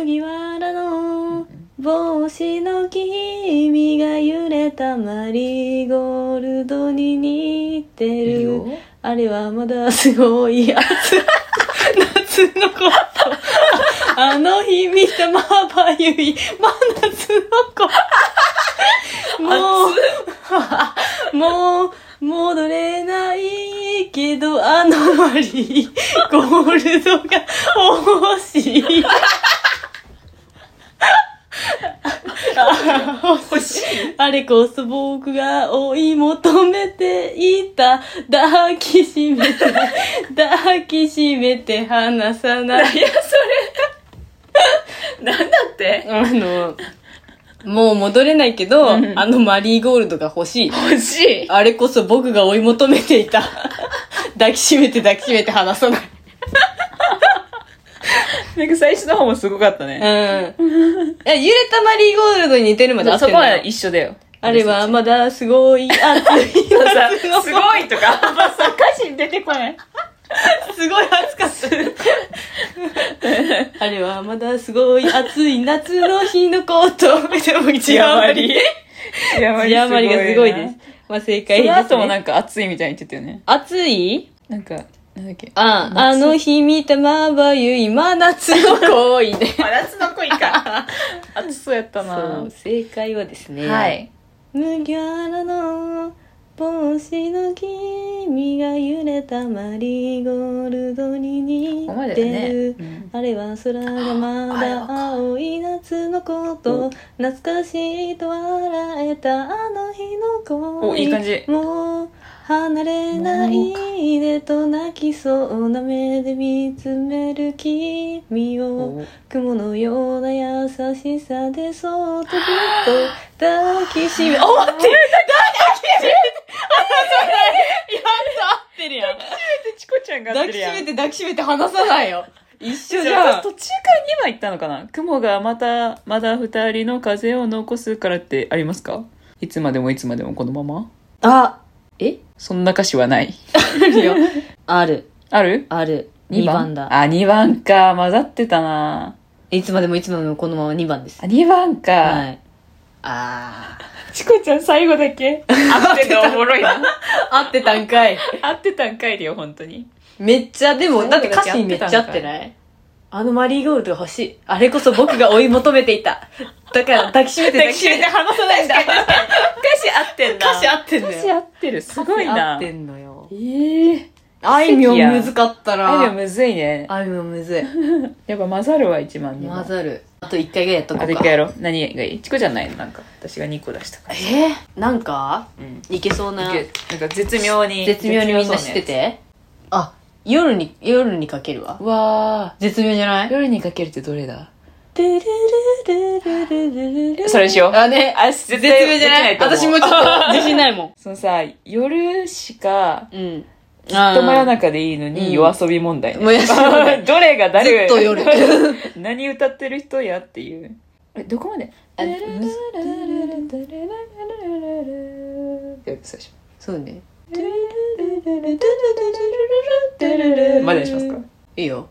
[SPEAKER 2] 麦わらの帽子の君が揺れたマリーゴールドに似てる
[SPEAKER 1] いいよ
[SPEAKER 2] あれはまだすごい暑い夏のことあの日見たまばゆい真夏の子もう、もう、戻れないけど、あのマリー、ゴールドが欲しい。
[SPEAKER 1] 欲しい。
[SPEAKER 2] あれこそ僕が追い求めていた。抱きしめて、抱きしめて離さない。
[SPEAKER 1] いや、それ。なんだって
[SPEAKER 2] あの、もう戻れないけど、
[SPEAKER 1] うん
[SPEAKER 2] あのマリーゴールドが欲しい。
[SPEAKER 1] 欲しい。
[SPEAKER 2] あれこそ僕が追い求めてい た。抱きしめて抱きしめて離さない。
[SPEAKER 1] なんか最初の方もすごかったね。
[SPEAKER 2] うん。いや揺れたマリーゴールドに似てるまで合って
[SPEAKER 1] そ
[SPEAKER 2] ん
[SPEAKER 1] こ
[SPEAKER 2] のよ
[SPEAKER 1] は一緒だよ。
[SPEAKER 2] あれはまだすごい熱い
[SPEAKER 1] そうさ。
[SPEAKER 2] 夏の
[SPEAKER 1] すごいとか、さ、歌詞に出てこない。
[SPEAKER 2] すごい暑かった。あれはまだすごい暑い夏の日の こと。でも一
[SPEAKER 1] や
[SPEAKER 2] 夜
[SPEAKER 1] ま
[SPEAKER 2] まり
[SPEAKER 1] り。。字
[SPEAKER 2] 一夜まりがすごいです。。まあ正解
[SPEAKER 1] そ
[SPEAKER 2] です、
[SPEAKER 1] の
[SPEAKER 2] ね。
[SPEAKER 1] 後もなんか熱いみたいに言ってたよね。
[SPEAKER 2] 暑い
[SPEAKER 1] なんか、なんだっけ。
[SPEAKER 2] あ、
[SPEAKER 1] 夏
[SPEAKER 2] あの日見たまばゆい真夏の 恋ね。
[SPEAKER 1] 真夏の恋 か。暑そうやった
[SPEAKER 2] そ
[SPEAKER 1] な
[SPEAKER 2] う、。正解はですね。
[SPEAKER 1] はい。
[SPEAKER 2] 麦わらの帽子の君が揺れたマリーゴールドに似
[SPEAKER 1] ここまで
[SPEAKER 2] て
[SPEAKER 1] だ
[SPEAKER 2] る、
[SPEAKER 1] ね。うん
[SPEAKER 2] あれは空がまだ青い夏のこと懐かしいと笑えたあの日の声
[SPEAKER 1] おいい感じ
[SPEAKER 2] もう離れないでと泣きそうな目で見つめる君を雲のような優しさでそっとずっと抱きしめ、あ、待ってる抱きしめてやった合って
[SPEAKER 1] チコちゃんが合っ
[SPEAKER 2] 抱
[SPEAKER 1] て
[SPEAKER 2] き
[SPEAKER 1] る
[SPEAKER 2] し
[SPEAKER 1] やん
[SPEAKER 2] めて抱きしめて離さないよ。一緒じ
[SPEAKER 1] じゃ
[SPEAKER 2] ゃ
[SPEAKER 1] あ
[SPEAKER 2] ん。
[SPEAKER 1] 途中から2枚行ったのかな雲がまたまだ2人の風を残すからってありますかいつまでもいつまでもこのまま
[SPEAKER 2] あ、え
[SPEAKER 1] そんな歌詞はない
[SPEAKER 2] あるよ。ある、
[SPEAKER 1] ある
[SPEAKER 2] ある。
[SPEAKER 1] 二
[SPEAKER 2] 2番だ。
[SPEAKER 1] あ2番か混ざってたない
[SPEAKER 2] つまでもいつまでもこのまま2番です
[SPEAKER 1] あ。2番か、
[SPEAKER 2] はい。あ
[SPEAKER 1] チコちゃん最後だけ合ってたおもろいな
[SPEAKER 2] ー。合ってたんかい。
[SPEAKER 1] 合ってたんかいでよ本当に
[SPEAKER 2] めっちゃ、でも、
[SPEAKER 1] そう
[SPEAKER 2] だって歌詞にめっちゃ合って
[SPEAKER 1] だ
[SPEAKER 2] ないあのマリーゴールドが欲しい。あれこそ僕が追い求めていた。だから抱きしめて抱きしめて
[SPEAKER 1] 話さないんだ歌詞合ってんな
[SPEAKER 2] 歌詞合ってんだ
[SPEAKER 1] 歌詞
[SPEAKER 2] よ。
[SPEAKER 1] 合ってるすごいな
[SPEAKER 2] 合ってんのよ。
[SPEAKER 1] ええ
[SPEAKER 2] あいみょんむずかった
[SPEAKER 1] あでも
[SPEAKER 2] な。
[SPEAKER 1] むずいね
[SPEAKER 2] あいみょんむずい。
[SPEAKER 1] やっぱ混ざるは一番に
[SPEAKER 2] 混ざる。あと1回ぐらいやっとこ
[SPEAKER 1] あ
[SPEAKER 2] う
[SPEAKER 1] れかや
[SPEAKER 2] か。
[SPEAKER 1] ろう何がいいチコじゃないのなんか私が2個出したから
[SPEAKER 2] えーなんか、
[SPEAKER 1] うん
[SPEAKER 2] いけそうな。
[SPEAKER 1] いけなんか絶妙に
[SPEAKER 2] 絶妙にみんな知ってて。あ、夜に、夜にかけるわ
[SPEAKER 1] う。わ
[SPEAKER 2] 絶妙じゃない
[SPEAKER 1] 夜にかけるってどれだ
[SPEAKER 2] そ
[SPEAKER 1] それしよう
[SPEAKER 2] あ、ね、あ、絶
[SPEAKER 1] 絶対
[SPEAKER 2] 妙じゃな
[SPEAKER 1] で
[SPEAKER 2] い
[SPEAKER 1] きないと
[SPEAKER 2] 私
[SPEAKER 1] 思
[SPEAKER 2] も
[SPEAKER 1] う
[SPEAKER 2] ちょっと自信ないもん。
[SPEAKER 1] そのさ夜しか
[SPEAKER 2] うん。ずっ
[SPEAKER 1] 人真夜
[SPEAKER 2] な
[SPEAKER 1] 中でいいの
[SPEAKER 2] うん
[SPEAKER 1] に夜遊び問題ね、
[SPEAKER 2] 夜遊び問題
[SPEAKER 1] どれが
[SPEAKER 2] ず
[SPEAKER 1] 誰
[SPEAKER 2] っと夜。
[SPEAKER 1] 何歌ってる人やっていうえどこまで
[SPEAKER 2] あむず
[SPEAKER 1] って最初
[SPEAKER 2] そうね。
[SPEAKER 1] までにしますか
[SPEAKER 2] いいよ。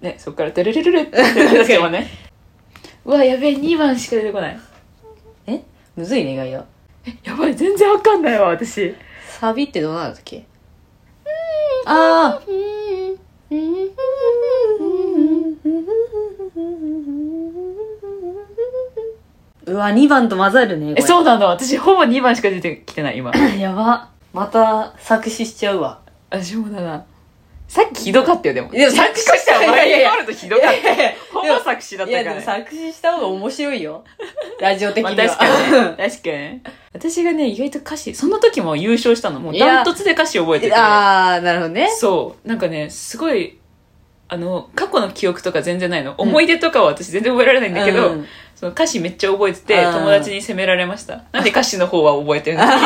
[SPEAKER 1] ね、そっから、テレレレレって出てもね。うわ、やべえ、2番しか出てこない。
[SPEAKER 2] むずいね、意外よ。
[SPEAKER 1] やばい、全然わかんないわ、私。
[SPEAKER 2] サビってどうなるっけああ。 うわ、2番と混ざるね。
[SPEAKER 1] え、
[SPEAKER 2] う
[SPEAKER 1] そうなの私、ほぼ2番しか出てきてない、今。
[SPEAKER 2] やば。また作詞しちゃうわ。
[SPEAKER 1] 私もだな。さっきひどかったよ、でも。
[SPEAKER 2] でも作詞した
[SPEAKER 1] マ
[SPEAKER 2] いやい
[SPEAKER 1] リー
[SPEAKER 2] や
[SPEAKER 1] ゴールドひどかった。ほぼ作詞だっ
[SPEAKER 2] い
[SPEAKER 1] た
[SPEAKER 2] や、
[SPEAKER 1] か
[SPEAKER 2] で
[SPEAKER 1] ら
[SPEAKER 2] も
[SPEAKER 1] ね。
[SPEAKER 2] 作詞した方が面白いよ。ラジオ的
[SPEAKER 1] まあ
[SPEAKER 2] には。
[SPEAKER 1] 確かに ね。確かにね。私がね、意外と歌詞、その時も優勝したの。もう
[SPEAKER 2] いや
[SPEAKER 1] ダントツで歌詞覚えてて。
[SPEAKER 2] ああ、なるほどね。
[SPEAKER 1] そう。なんかね、すごい、あの、過去の記憶とか全然ないの。思い出とかは私全然覚えられないんだけど、
[SPEAKER 2] うん
[SPEAKER 1] その歌詞めっちゃ覚えてて、
[SPEAKER 2] うん
[SPEAKER 1] 友達に責められました。なんで歌詞の方は覚えてるのに、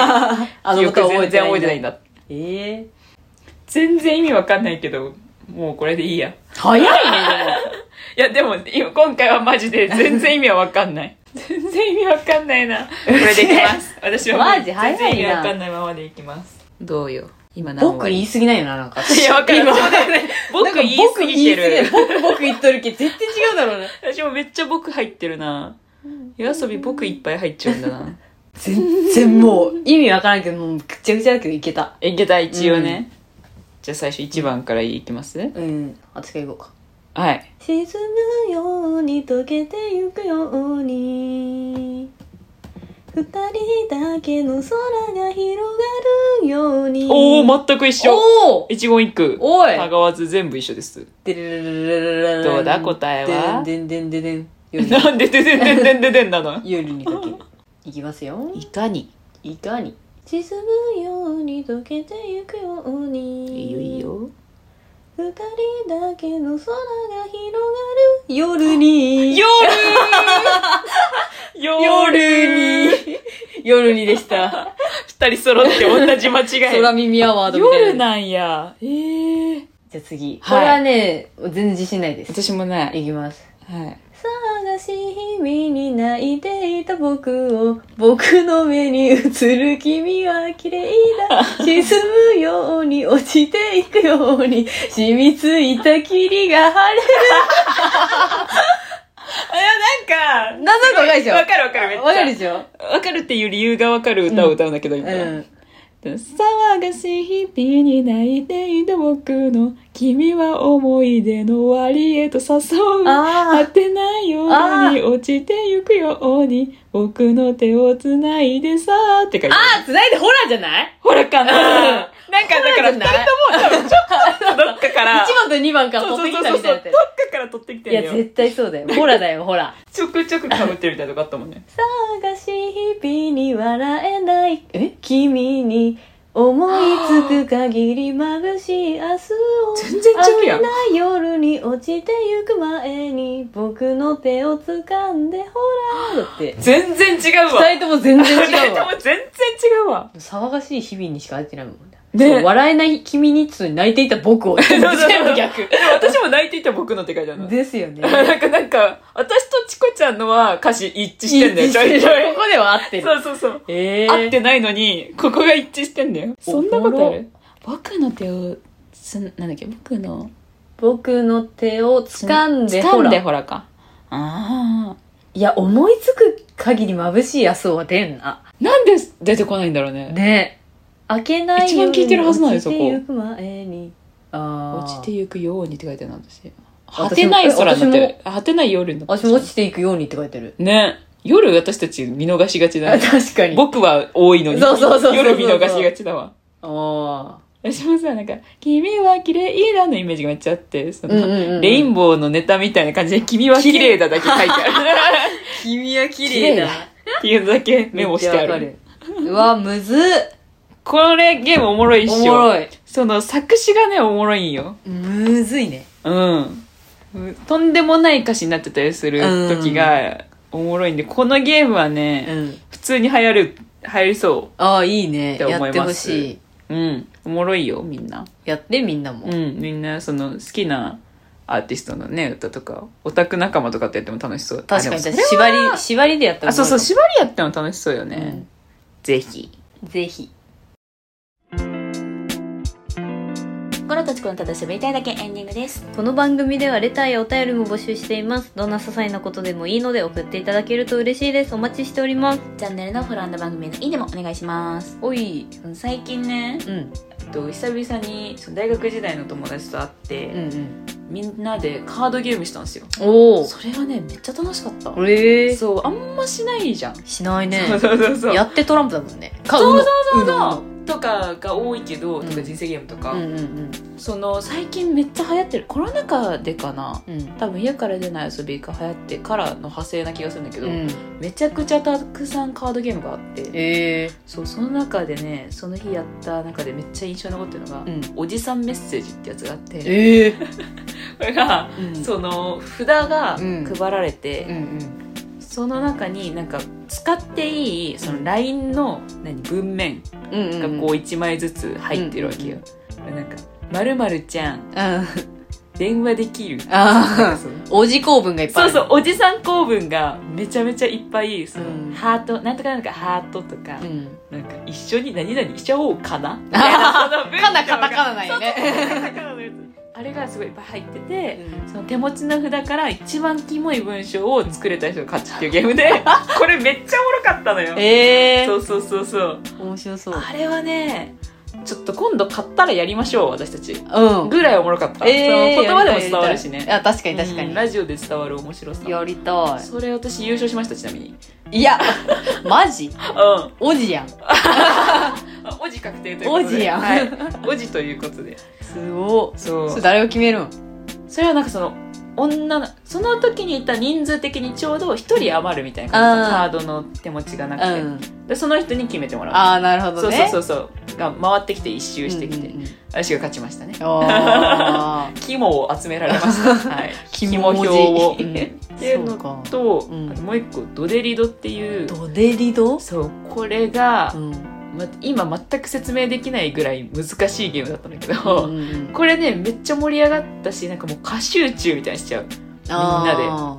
[SPEAKER 2] あの
[SPEAKER 1] 記憶
[SPEAKER 2] 歌覚
[SPEAKER 1] 全
[SPEAKER 2] えて
[SPEAKER 1] 然
[SPEAKER 2] ない
[SPEAKER 1] 覚
[SPEAKER 2] ん
[SPEAKER 1] えて
[SPEAKER 2] だ
[SPEAKER 1] ないんだ。
[SPEAKER 2] ええ
[SPEAKER 1] 全然意味わかんないけど、もうこれでいいや。い
[SPEAKER 2] 早い ね、
[SPEAKER 1] や、でも、今今回はマジで全然意味はわかんない。全然意味わかんないな。これでいきます。私はもう
[SPEAKER 2] マジ早いな
[SPEAKER 1] 全然意味わかんないままでいきます。どうよ。今
[SPEAKER 2] でも。僕言い
[SPEAKER 1] い
[SPEAKER 2] 過ぎないよな、なんか。
[SPEAKER 1] いや、わかる。そうだよね。僕
[SPEAKER 2] なんか
[SPEAKER 1] 言い過ぎてる。
[SPEAKER 2] 僕言い過ぎてる僕、僕言っとるけど、絶対違うだろうね。
[SPEAKER 1] 私もめっちゃ僕入ってるな。夜遊び僕いっぱい入っちゃうんだな。
[SPEAKER 2] 全然もう、意味わからんけど、もう、ぐちゃぐちゃだけどいけた。
[SPEAKER 1] え、下駄一応ね。じゃあ最初1番からいきます
[SPEAKER 2] うん。私からいこうか。
[SPEAKER 1] はい。
[SPEAKER 2] 沈むように溶けてゆくように二人だけの空が広がるように
[SPEAKER 3] おお全く一緒
[SPEAKER 2] おー
[SPEAKER 3] 一言一句
[SPEAKER 2] おい
[SPEAKER 3] たがわず全部一緒です
[SPEAKER 2] でれれれれれ
[SPEAKER 3] どうだ答えは
[SPEAKER 2] でんでんでんでんでん夜
[SPEAKER 3] なんでででででででんなの
[SPEAKER 2] 夜にかけ るいきますよ
[SPEAKER 3] いかに
[SPEAKER 2] いかに沈むように溶けてゆくように
[SPEAKER 3] いいよいいよ
[SPEAKER 2] 二人だけの空が広がる夜に
[SPEAKER 3] 夜
[SPEAKER 2] 夜
[SPEAKER 3] 夜に
[SPEAKER 2] に夜にで した
[SPEAKER 3] 二人揃って同じ間違
[SPEAKER 2] 空
[SPEAKER 3] い
[SPEAKER 2] 耳アワードみたいな
[SPEAKER 3] 夜なんやえー、
[SPEAKER 2] じゃあ次、
[SPEAKER 3] はい
[SPEAKER 2] これはね全然自信ないです
[SPEAKER 3] 私もない
[SPEAKER 2] いきます
[SPEAKER 3] はい
[SPEAKER 2] 探し日々に泣いていた僕を僕の目に映る君は綺麗だ沈むように落ちていくように染みついた霧が晴れ
[SPEAKER 3] いやなんか
[SPEAKER 2] なんとなくわかるでしょ
[SPEAKER 3] わかるわかるめっちゃ
[SPEAKER 2] わかるでしょ
[SPEAKER 3] わかるっていう理由がわかる歌を歌うんだけど、今
[SPEAKER 2] うん
[SPEAKER 1] 騒がしい日々に泣いていた僕の君は思い出の終わりへと誘う
[SPEAKER 2] あ
[SPEAKER 1] 果てないように落ちてゆくように僕の手をつないでさーって書いてある
[SPEAKER 2] あつないでホラーじゃ ない
[SPEAKER 3] ほらかな
[SPEAKER 2] うん
[SPEAKER 3] なんかだから
[SPEAKER 2] そ
[SPEAKER 3] 二
[SPEAKER 2] うなんじゃない
[SPEAKER 3] 人とも多分ちょっ とどっかから
[SPEAKER 2] 1番と2番から
[SPEAKER 3] そう
[SPEAKER 2] 持っ
[SPEAKER 3] そう
[SPEAKER 2] て
[SPEAKER 3] そ
[SPEAKER 2] き
[SPEAKER 3] う
[SPEAKER 2] た
[SPEAKER 3] そう
[SPEAKER 2] みたい
[SPEAKER 3] ど
[SPEAKER 2] な
[SPEAKER 3] っ
[SPEAKER 2] や
[SPEAKER 3] かから取ってき
[SPEAKER 2] つ
[SPEAKER 3] て
[SPEAKER 2] い
[SPEAKER 3] るん
[SPEAKER 2] や
[SPEAKER 3] だよ
[SPEAKER 2] 絶対そうだよホラーだよホラー
[SPEAKER 3] ちょくちょく被ってるみたいなとこあったもんね
[SPEAKER 2] 探しい日々に笑えないえ君に思いつく限り眩しい明日を
[SPEAKER 3] 全然ちゃうやん
[SPEAKER 2] 明けない夜に落ちてゆく前に僕の手を掴んでほらだ って
[SPEAKER 3] 全然違うわ
[SPEAKER 2] 二人とも全然違う
[SPEAKER 3] とも
[SPEAKER 2] わ
[SPEAKER 3] 全然違うわ
[SPEAKER 2] 騒がしい日々にしか入ってないもんね
[SPEAKER 3] ね
[SPEAKER 2] そう笑えない君にっつうのに泣いていた僕を 全
[SPEAKER 3] そうそう
[SPEAKER 2] 部逆
[SPEAKER 3] でも私も泣いていた僕のって書いてあるの
[SPEAKER 2] ですよね
[SPEAKER 3] なんかなんか私とチコちゃんのは歌詞一致してんだよ
[SPEAKER 2] 一
[SPEAKER 3] ち
[SPEAKER 2] 致し
[SPEAKER 3] ょ
[SPEAKER 2] てる
[SPEAKER 3] いちょい
[SPEAKER 2] ここでは合ってる
[SPEAKER 3] そうそうそう
[SPEAKER 2] ええ
[SPEAKER 3] 合ってないのにここが一致してんだよ
[SPEAKER 1] そんなことある僕の手をつなんだっけ僕の
[SPEAKER 2] 僕の手を掴んでほ
[SPEAKER 1] 掴ん
[SPEAKER 2] ら
[SPEAKER 1] でほらかあ
[SPEAKER 2] いや、思いつく限り眩しい野草は出んな。
[SPEAKER 1] あなんで出てこないんだろうね
[SPEAKER 2] ね開けない
[SPEAKER 1] 一番聞いてるはずなんよそこ
[SPEAKER 2] 落ちてゆく前に。あ
[SPEAKER 1] 落ちて
[SPEAKER 2] ゆ
[SPEAKER 1] ゆくようにって書いてるの私
[SPEAKER 2] も
[SPEAKER 1] 果てない空になってる果てない夜になっ
[SPEAKER 2] 私
[SPEAKER 1] て
[SPEAKER 2] も
[SPEAKER 1] る
[SPEAKER 2] 落ちていくようにって書いてる。
[SPEAKER 3] ね夜私たち見逃しがちだ
[SPEAKER 2] あ
[SPEAKER 3] ね
[SPEAKER 2] 確かに。
[SPEAKER 3] 僕は多いのに
[SPEAKER 2] そうそうそうそうそう
[SPEAKER 3] 夜見逃しがちだわ
[SPEAKER 2] あ
[SPEAKER 1] 私もさなんか「君は綺麗だ」のイメージがめっちゃあってそ
[SPEAKER 2] あ。
[SPEAKER 1] の、
[SPEAKER 2] うんうんうん。
[SPEAKER 3] レインボーのネタみたいな感じで「君は綺麗だ」だけ書いてあ る
[SPEAKER 2] 君は綺
[SPEAKER 1] 麗だ。
[SPEAKER 3] っていうのだけメモしてある。
[SPEAKER 2] うわ、むずっ
[SPEAKER 3] これゲームおもろいっ
[SPEAKER 2] お
[SPEAKER 3] し
[SPEAKER 2] も
[SPEAKER 3] ょ
[SPEAKER 2] ろい。
[SPEAKER 3] その作詞がねおもろいんよ
[SPEAKER 2] むずいね。
[SPEAKER 3] うんとんでもない歌詞になってたりする時がおもろいんでこのゲームはね、
[SPEAKER 2] うん。
[SPEAKER 3] 普通に流行る、流行りそ
[SPEAKER 2] ああ、いいね。
[SPEAKER 3] って思い
[SPEAKER 2] や
[SPEAKER 3] ます
[SPEAKER 2] ってほしい。
[SPEAKER 3] う。うん。おもろいよ、みんな。
[SPEAKER 2] やって、みんなも。
[SPEAKER 3] うん。みんな、その、好きなアーティストのね、歌とか、オタク仲間とかってやっても楽しそう。
[SPEAKER 2] 確か
[SPEAKER 3] あ
[SPEAKER 2] に、
[SPEAKER 3] でもそれ
[SPEAKER 2] 縛り、縛りでやっても
[SPEAKER 3] あ、そうそう、
[SPEAKER 2] う
[SPEAKER 3] 縛りやっても楽しそうよね。
[SPEAKER 2] うん
[SPEAKER 3] ぜひ。
[SPEAKER 2] ぜひ。
[SPEAKER 1] このとちこのただ喋りたいだけエンディングです
[SPEAKER 2] この番組ではレターやお便りも募集していますどんな些細なことでもいいので送っていただけると嬉しいですお待ちしております
[SPEAKER 1] チャンネルのフォロー番組のいいねもお願いします
[SPEAKER 2] おい
[SPEAKER 1] 最近ね
[SPEAKER 2] うん
[SPEAKER 1] えっと久々にその大学時代の友達と会って、
[SPEAKER 2] うんうん
[SPEAKER 1] みんなでカードゲームしたんですよ
[SPEAKER 2] おお
[SPEAKER 1] それはねめっちゃ楽しかった
[SPEAKER 2] えー、
[SPEAKER 1] そうあんましないじゃん、
[SPEAKER 2] しないね
[SPEAKER 3] そうそうそうそう。
[SPEAKER 2] やってトランプだもんねか
[SPEAKER 1] そううそ
[SPEAKER 2] の
[SPEAKER 1] うそう
[SPEAKER 2] の
[SPEAKER 1] そうとかが多いけど、
[SPEAKER 2] うん
[SPEAKER 1] とか人生ゲームとか、
[SPEAKER 2] うんうん
[SPEAKER 1] その最近めっちゃ流行ってるコロナ禍でかな
[SPEAKER 2] うんうん
[SPEAKER 1] 多分家から出ない遊びが流行ってからの派生な気がするんだけど、
[SPEAKER 2] うん
[SPEAKER 1] めちゃくちゃたくさんカードゲームがあって
[SPEAKER 2] え
[SPEAKER 1] そうその中でねその日やった中でめっちゃ印象に残ってるのが、
[SPEAKER 2] ー、うん
[SPEAKER 1] おじさんメッセージってやつがあって
[SPEAKER 2] えー、
[SPEAKER 1] これが、
[SPEAKER 2] うん
[SPEAKER 1] その札が
[SPEAKER 2] うん
[SPEAKER 1] 配られて、
[SPEAKER 2] ん
[SPEAKER 1] その中になんか使っていいその LINE の何文面
[SPEAKER 2] うんうん
[SPEAKER 1] がこう1枚ずつ入ってるわけよ。なんか「まるまるちゃん
[SPEAKER 2] あ
[SPEAKER 1] 電話できる」なんか
[SPEAKER 2] あ
[SPEAKER 1] その
[SPEAKER 2] ーおじ構文がいっぱ い
[SPEAKER 1] そ
[SPEAKER 2] あ
[SPEAKER 1] う
[SPEAKER 2] る
[SPEAKER 1] そうおじさん構文がめちゃめちゃいっぱいその、
[SPEAKER 2] うん
[SPEAKER 1] ハートなんとかなんとかハートとか、
[SPEAKER 2] うん
[SPEAKER 1] なんか一緒に何々しちゃおうか なみたいなその文章が
[SPEAKER 2] カナカタカナないよ
[SPEAKER 1] そう
[SPEAKER 2] ね
[SPEAKER 1] そうそうカタカナのやつあれがすごいいっぱい入ってて。その手持ちの札から一番キモい文章を作れた人が勝ちっていうゲームで これめっちゃおもろかったのよ
[SPEAKER 2] ええ
[SPEAKER 3] そうそうそうそう
[SPEAKER 2] ー、面白そう
[SPEAKER 1] あれはねちょっと今度買ったらやりましょう私たち
[SPEAKER 2] うん。
[SPEAKER 1] ぐらいおもろかった、
[SPEAKER 2] え
[SPEAKER 1] その
[SPEAKER 2] ー
[SPEAKER 1] 言葉でも
[SPEAKER 2] やり
[SPEAKER 1] 伝
[SPEAKER 2] たい
[SPEAKER 1] わるしね
[SPEAKER 2] いや、確かに確か
[SPEAKER 1] うん
[SPEAKER 2] に。
[SPEAKER 1] ラジオで伝わる面白さ
[SPEAKER 2] やりた
[SPEAKER 1] それ私優勝しましたちなみに
[SPEAKER 2] い。いや、マジ
[SPEAKER 1] うん
[SPEAKER 2] おじやん。
[SPEAKER 1] おじ確定ということで
[SPEAKER 2] おじやん
[SPEAKER 1] はい、 おじということです
[SPEAKER 2] ごっ
[SPEAKER 1] そう
[SPEAKER 2] それ誰が決めるん
[SPEAKER 1] それはなんかその女のその時にいた人数的にちょうど一人余るみたいな感じカードの手持ちがなくて、
[SPEAKER 2] うん。
[SPEAKER 1] でその人に決めてもらう
[SPEAKER 2] ああ、なるほ
[SPEAKER 1] そ
[SPEAKER 2] ど
[SPEAKER 1] う
[SPEAKER 2] ね。
[SPEAKER 1] そう
[SPEAKER 2] そ
[SPEAKER 1] うそ
[SPEAKER 2] う
[SPEAKER 1] うそうが回ってきて一周してきて、
[SPEAKER 2] んうんうん
[SPEAKER 1] 私が勝ちましたね
[SPEAKER 2] あ ー
[SPEAKER 1] 肝を集められま した、はい、
[SPEAKER 2] 肝文字
[SPEAKER 1] を、
[SPEAKER 2] うん
[SPEAKER 1] っていう
[SPEAKER 2] そ
[SPEAKER 1] の
[SPEAKER 2] うか
[SPEAKER 1] と、
[SPEAKER 2] うん
[SPEAKER 1] あともう一個ドデリドっていう
[SPEAKER 2] ドデリド
[SPEAKER 1] そうこれが、
[SPEAKER 2] うん。
[SPEAKER 1] ま、今全く説明できないぐらい難しいゲームだったんだけど、
[SPEAKER 2] うんうん
[SPEAKER 1] これねめっちゃ盛り上がったしなんかもう歌集中みたいにしちゃう
[SPEAKER 2] あ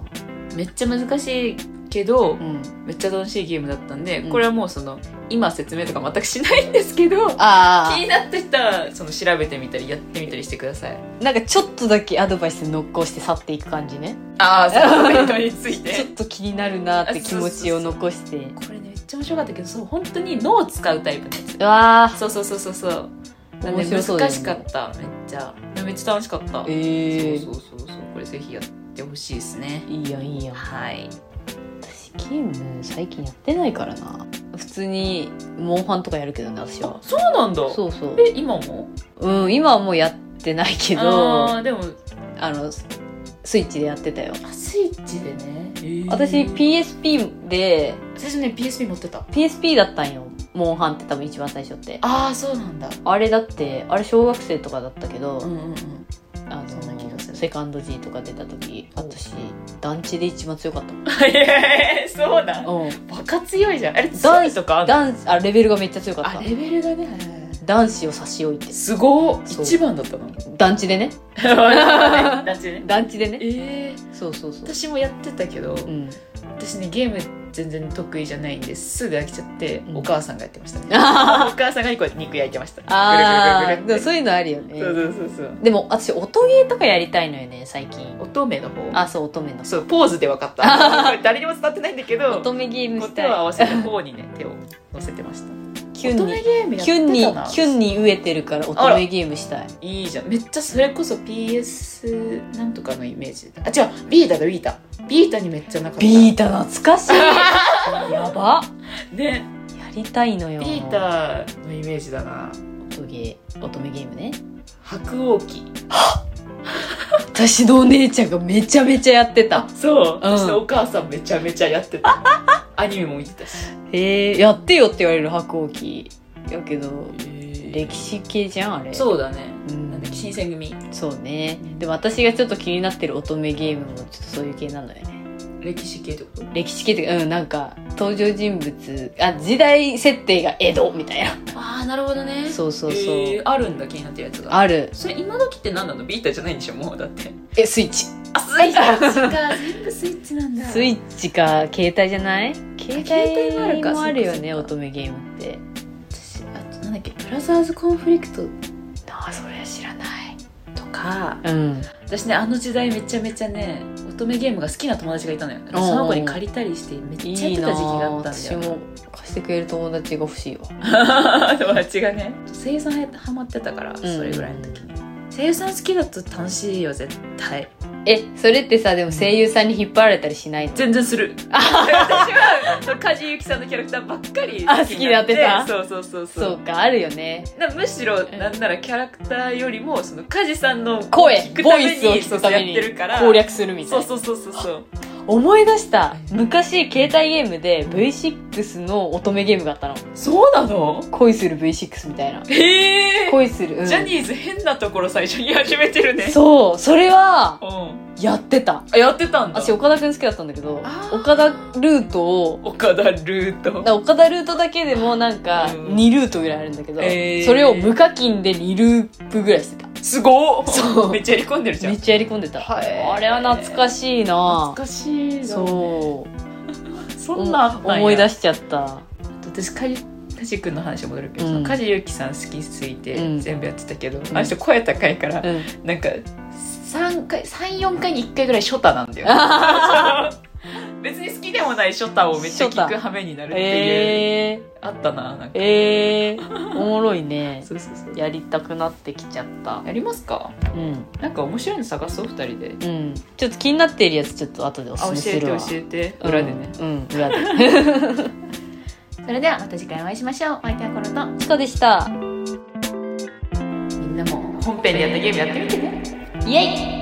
[SPEAKER 1] めっちゃ難しいけど、
[SPEAKER 2] ーうん
[SPEAKER 1] めっちゃ楽しいゲームだったんで、
[SPEAKER 2] うん
[SPEAKER 1] これはもうその今説明とか全くしないんですけど
[SPEAKER 2] あ
[SPEAKER 1] 気になった人はその調べてみたりやってみたりしてください
[SPEAKER 2] ーなんかちょっとだけアドバイスで残して去っていく感じね
[SPEAKER 1] ああ そのことについ
[SPEAKER 2] ちょ
[SPEAKER 1] て
[SPEAKER 2] っと気になるなって気持ちを残して
[SPEAKER 1] これねめっちゃ面白かったけどそう本当に脳を使うタイプのやつ
[SPEAKER 2] うわ
[SPEAKER 1] そうそうそうそうそうなんで
[SPEAKER 2] 面白そうだよ
[SPEAKER 1] 難
[SPEAKER 2] ね
[SPEAKER 1] しかっためっちゃめっちゃ楽しかった、
[SPEAKER 2] ーえー
[SPEAKER 1] そうそうそうそうこれぜひやってほしいですね
[SPEAKER 2] いいやんいいやん
[SPEAKER 1] はい
[SPEAKER 2] 私ゲーム最近やってないからな普通にモンハンとかやるけどね私
[SPEAKER 1] あ
[SPEAKER 2] は
[SPEAKER 1] そうなんだ
[SPEAKER 2] そうそう
[SPEAKER 1] え今も
[SPEAKER 2] うん今はもうやってないけど
[SPEAKER 1] あ
[SPEAKER 2] あ
[SPEAKER 1] ーでも
[SPEAKER 2] のススイッチでやってたよ
[SPEAKER 1] あスイッチでね、
[SPEAKER 2] 私 PSP で
[SPEAKER 1] 最初ね PSP 持ってた
[SPEAKER 2] PSP だったんよモンハンって多分一番最初って
[SPEAKER 1] ああそうなんだ
[SPEAKER 2] あれだってあれ小学生とかだったけど、
[SPEAKER 1] うんうんうん
[SPEAKER 2] あの
[SPEAKER 1] そんな気がする
[SPEAKER 2] セカンド G とか出た時
[SPEAKER 1] お
[SPEAKER 2] 私団地で一番強かったもん
[SPEAKER 1] ええそうなん
[SPEAKER 2] うん
[SPEAKER 1] バカ強いじゃんあれ
[SPEAKER 2] ダン
[SPEAKER 1] 強いとかあんの
[SPEAKER 2] 男子あレベルがめっちゃ強かった
[SPEAKER 1] あレベルがね
[SPEAKER 2] 男子を差し置いて
[SPEAKER 1] すごっ
[SPEAKER 2] そう
[SPEAKER 1] 一番だった の
[SPEAKER 2] 団地でね
[SPEAKER 1] だってね
[SPEAKER 2] 団地でね
[SPEAKER 1] ええ
[SPEAKER 2] そうそうそう
[SPEAKER 1] 私もやってたけど、
[SPEAKER 2] うん
[SPEAKER 1] 私ねゲーム全然得意じゃないんですぐ飽きちゃって、
[SPEAKER 2] ん
[SPEAKER 1] お母さんがやってましたねお
[SPEAKER 2] あ
[SPEAKER 1] 母さんがこうやって肉焼いてました
[SPEAKER 2] あ
[SPEAKER 1] ぐ
[SPEAKER 2] ーで
[SPEAKER 1] る
[SPEAKER 2] も
[SPEAKER 1] ぐるぐるぐるぐるって
[SPEAKER 2] そういうのあるよね
[SPEAKER 1] そうそうそうそう
[SPEAKER 2] でも私音ゲーとかやりたいのよね最近
[SPEAKER 1] 乙女の方
[SPEAKER 2] あそう乙女の
[SPEAKER 1] そうポーズで分 かった誰にも伝わってないんだけど
[SPEAKER 2] 乙女ゲーム
[SPEAKER 1] こう
[SPEAKER 2] し
[SPEAKER 1] 手を合
[SPEAKER 2] たい
[SPEAKER 1] わせて方にね手を乗せてました
[SPEAKER 2] キ
[SPEAKER 1] キ
[SPEAKER 2] ュ
[SPEAKER 1] ュ
[SPEAKER 2] ン
[SPEAKER 1] ン
[SPEAKER 2] に
[SPEAKER 1] に
[SPEAKER 2] キュンにキュン
[SPEAKER 1] に
[SPEAKER 2] に飢えてるから乙女ゲームしたい
[SPEAKER 1] いいじゃんめっちゃそれこそ PS なんとかのイメージあ違うビータだビータビータにめっちゃなかった
[SPEAKER 2] ビータ懐か しいやば
[SPEAKER 1] ね
[SPEAKER 2] やりたいのよ
[SPEAKER 1] ビータのイメージだな
[SPEAKER 2] 音ゲー乙女ゲームね
[SPEAKER 1] 白王記
[SPEAKER 2] 私のお姉ちゃんがめちゃめちゃやってた
[SPEAKER 1] そう、
[SPEAKER 2] うん
[SPEAKER 1] そしてお母さんめちゃめちゃやってた アニメも見てたし
[SPEAKER 2] えー、やってよって言われる白鸚記やけど歴史系じゃんあれう、
[SPEAKER 1] そうだね
[SPEAKER 2] うん、
[SPEAKER 1] なんだっけ新選組
[SPEAKER 2] そうねでも私がちょっと気になってる乙女ゲームもちょっとそういう系なのよね
[SPEAKER 1] 歴史系ってこと
[SPEAKER 2] 歴史系っていうかうんなんか登場人物あ時代設定が江戸みたいな
[SPEAKER 1] ああなるほどね
[SPEAKER 2] そうそうそう、
[SPEAKER 1] えーあるんだ気になってるやつが
[SPEAKER 2] ある
[SPEAKER 1] それ今時って何なのビータじゃないんでしょもうだって
[SPEAKER 2] えスイッチ
[SPEAKER 1] あスイッチ
[SPEAKER 2] か
[SPEAKER 1] 全部スイッチなんだ
[SPEAKER 2] スイッチか携帯じゃない携
[SPEAKER 1] 携帯もあ
[SPEAKER 2] 帯
[SPEAKER 1] るか
[SPEAKER 2] もあるよね
[SPEAKER 1] そっか
[SPEAKER 2] 乙
[SPEAKER 1] そ
[SPEAKER 2] 女ゲームって
[SPEAKER 1] 私あとなんだっけブラザーズコンフリクト
[SPEAKER 2] ああそれは知らない
[SPEAKER 1] とか
[SPEAKER 2] うん
[SPEAKER 1] 私ねあの時代めちゃめちゃね乙女ゲームが好きな友達がいたのよ
[SPEAKER 2] おうおう
[SPEAKER 1] その子に借りたりしてめっちゃ
[SPEAKER 2] い
[SPEAKER 1] やってた
[SPEAKER 2] いな
[SPEAKER 1] 時期があ
[SPEAKER 2] あ
[SPEAKER 1] ったんだ
[SPEAKER 2] 私
[SPEAKER 1] よ
[SPEAKER 2] も貸してくれる友達が欲しいわ
[SPEAKER 1] 友達がね生産ハマってたからそれぐらいの時に、声優さん好きだと楽しいよ絶対
[SPEAKER 2] えそれってさでも声優さんに引っ張られたりしないの
[SPEAKER 1] 全然する私はその梶裕貴さんのキャラクターばっかり
[SPEAKER 2] あ好きになってた
[SPEAKER 1] そうそうそうそう
[SPEAKER 2] そうかあるよね
[SPEAKER 1] なむしろなんならキャラクターよりもその梶さんの
[SPEAKER 2] 声
[SPEAKER 1] 聞く
[SPEAKER 2] ボ
[SPEAKER 1] た
[SPEAKER 2] イ
[SPEAKER 1] め
[SPEAKER 2] スを
[SPEAKER 1] に
[SPEAKER 2] 聞くため
[SPEAKER 1] そう
[SPEAKER 2] に
[SPEAKER 1] やってるから
[SPEAKER 2] 攻略するみたい
[SPEAKER 1] そう
[SPEAKER 2] な
[SPEAKER 1] そうそうそうそう
[SPEAKER 2] 思い出した昔携帯ゲームで V6 の乙女ゲームがあったの
[SPEAKER 1] そうなの
[SPEAKER 2] 恋する V6 みたいな
[SPEAKER 1] へえ
[SPEAKER 2] 恋する、うん
[SPEAKER 1] ジャニーズ変なところ最初に始めてるね
[SPEAKER 2] そうそれは
[SPEAKER 1] うん
[SPEAKER 2] やってた
[SPEAKER 1] あやってたんだ
[SPEAKER 2] 私岡田君好きだったんだけど
[SPEAKER 1] あー
[SPEAKER 2] 岡田ルートを
[SPEAKER 1] 岡田ルート
[SPEAKER 2] だから岡田ルートだけでもなんか
[SPEAKER 1] うん
[SPEAKER 2] 2ルートぐらいあるんだけど、
[SPEAKER 1] えー
[SPEAKER 2] それを無課金で2ループぐらいしてた
[SPEAKER 1] すごっ
[SPEAKER 2] そう
[SPEAKER 1] めっちゃやり込んでるじゃ
[SPEAKER 2] め
[SPEAKER 1] ん
[SPEAKER 2] っちゃやり込んでた、
[SPEAKER 1] はい
[SPEAKER 2] あれは懐かしいな
[SPEAKER 1] かしい
[SPEAKER 2] そう
[SPEAKER 1] うそんなあったんや
[SPEAKER 2] 思い出しちゃった
[SPEAKER 1] 私カジカジ君の話戻るけど、
[SPEAKER 2] うん
[SPEAKER 1] そのカジユキさん好きすぎ
[SPEAKER 2] う
[SPEAKER 1] て
[SPEAKER 2] ん
[SPEAKER 1] 全部やってたけど、あの人声高いから、
[SPEAKER 2] うん
[SPEAKER 1] なんか3回34回に1回ぐらいショタなんだよめ 別に好きでもないショタをめっちゃ聞く羽目になるっていう、
[SPEAKER 2] え
[SPEAKER 1] あったななん
[SPEAKER 2] ー、
[SPEAKER 1] か
[SPEAKER 2] えー、おもろいね
[SPEAKER 1] そうそうそう
[SPEAKER 2] やりたくなってきちゃった
[SPEAKER 1] やりますか
[SPEAKER 2] うん
[SPEAKER 1] なんか面白いの探そう二人で
[SPEAKER 2] うんちょっと気になってるやつちょっと後でお
[SPEAKER 1] あ教
[SPEAKER 2] すす
[SPEAKER 1] え
[SPEAKER 2] めす
[SPEAKER 1] て教
[SPEAKER 2] るわ
[SPEAKER 1] えて裏でね、
[SPEAKER 2] うん、うん、裏で
[SPEAKER 4] それではまた次回お会いしましょうお相手はコロと
[SPEAKER 2] そうでした
[SPEAKER 1] みんなも本編でやったゲームやってみてね
[SPEAKER 2] イエイ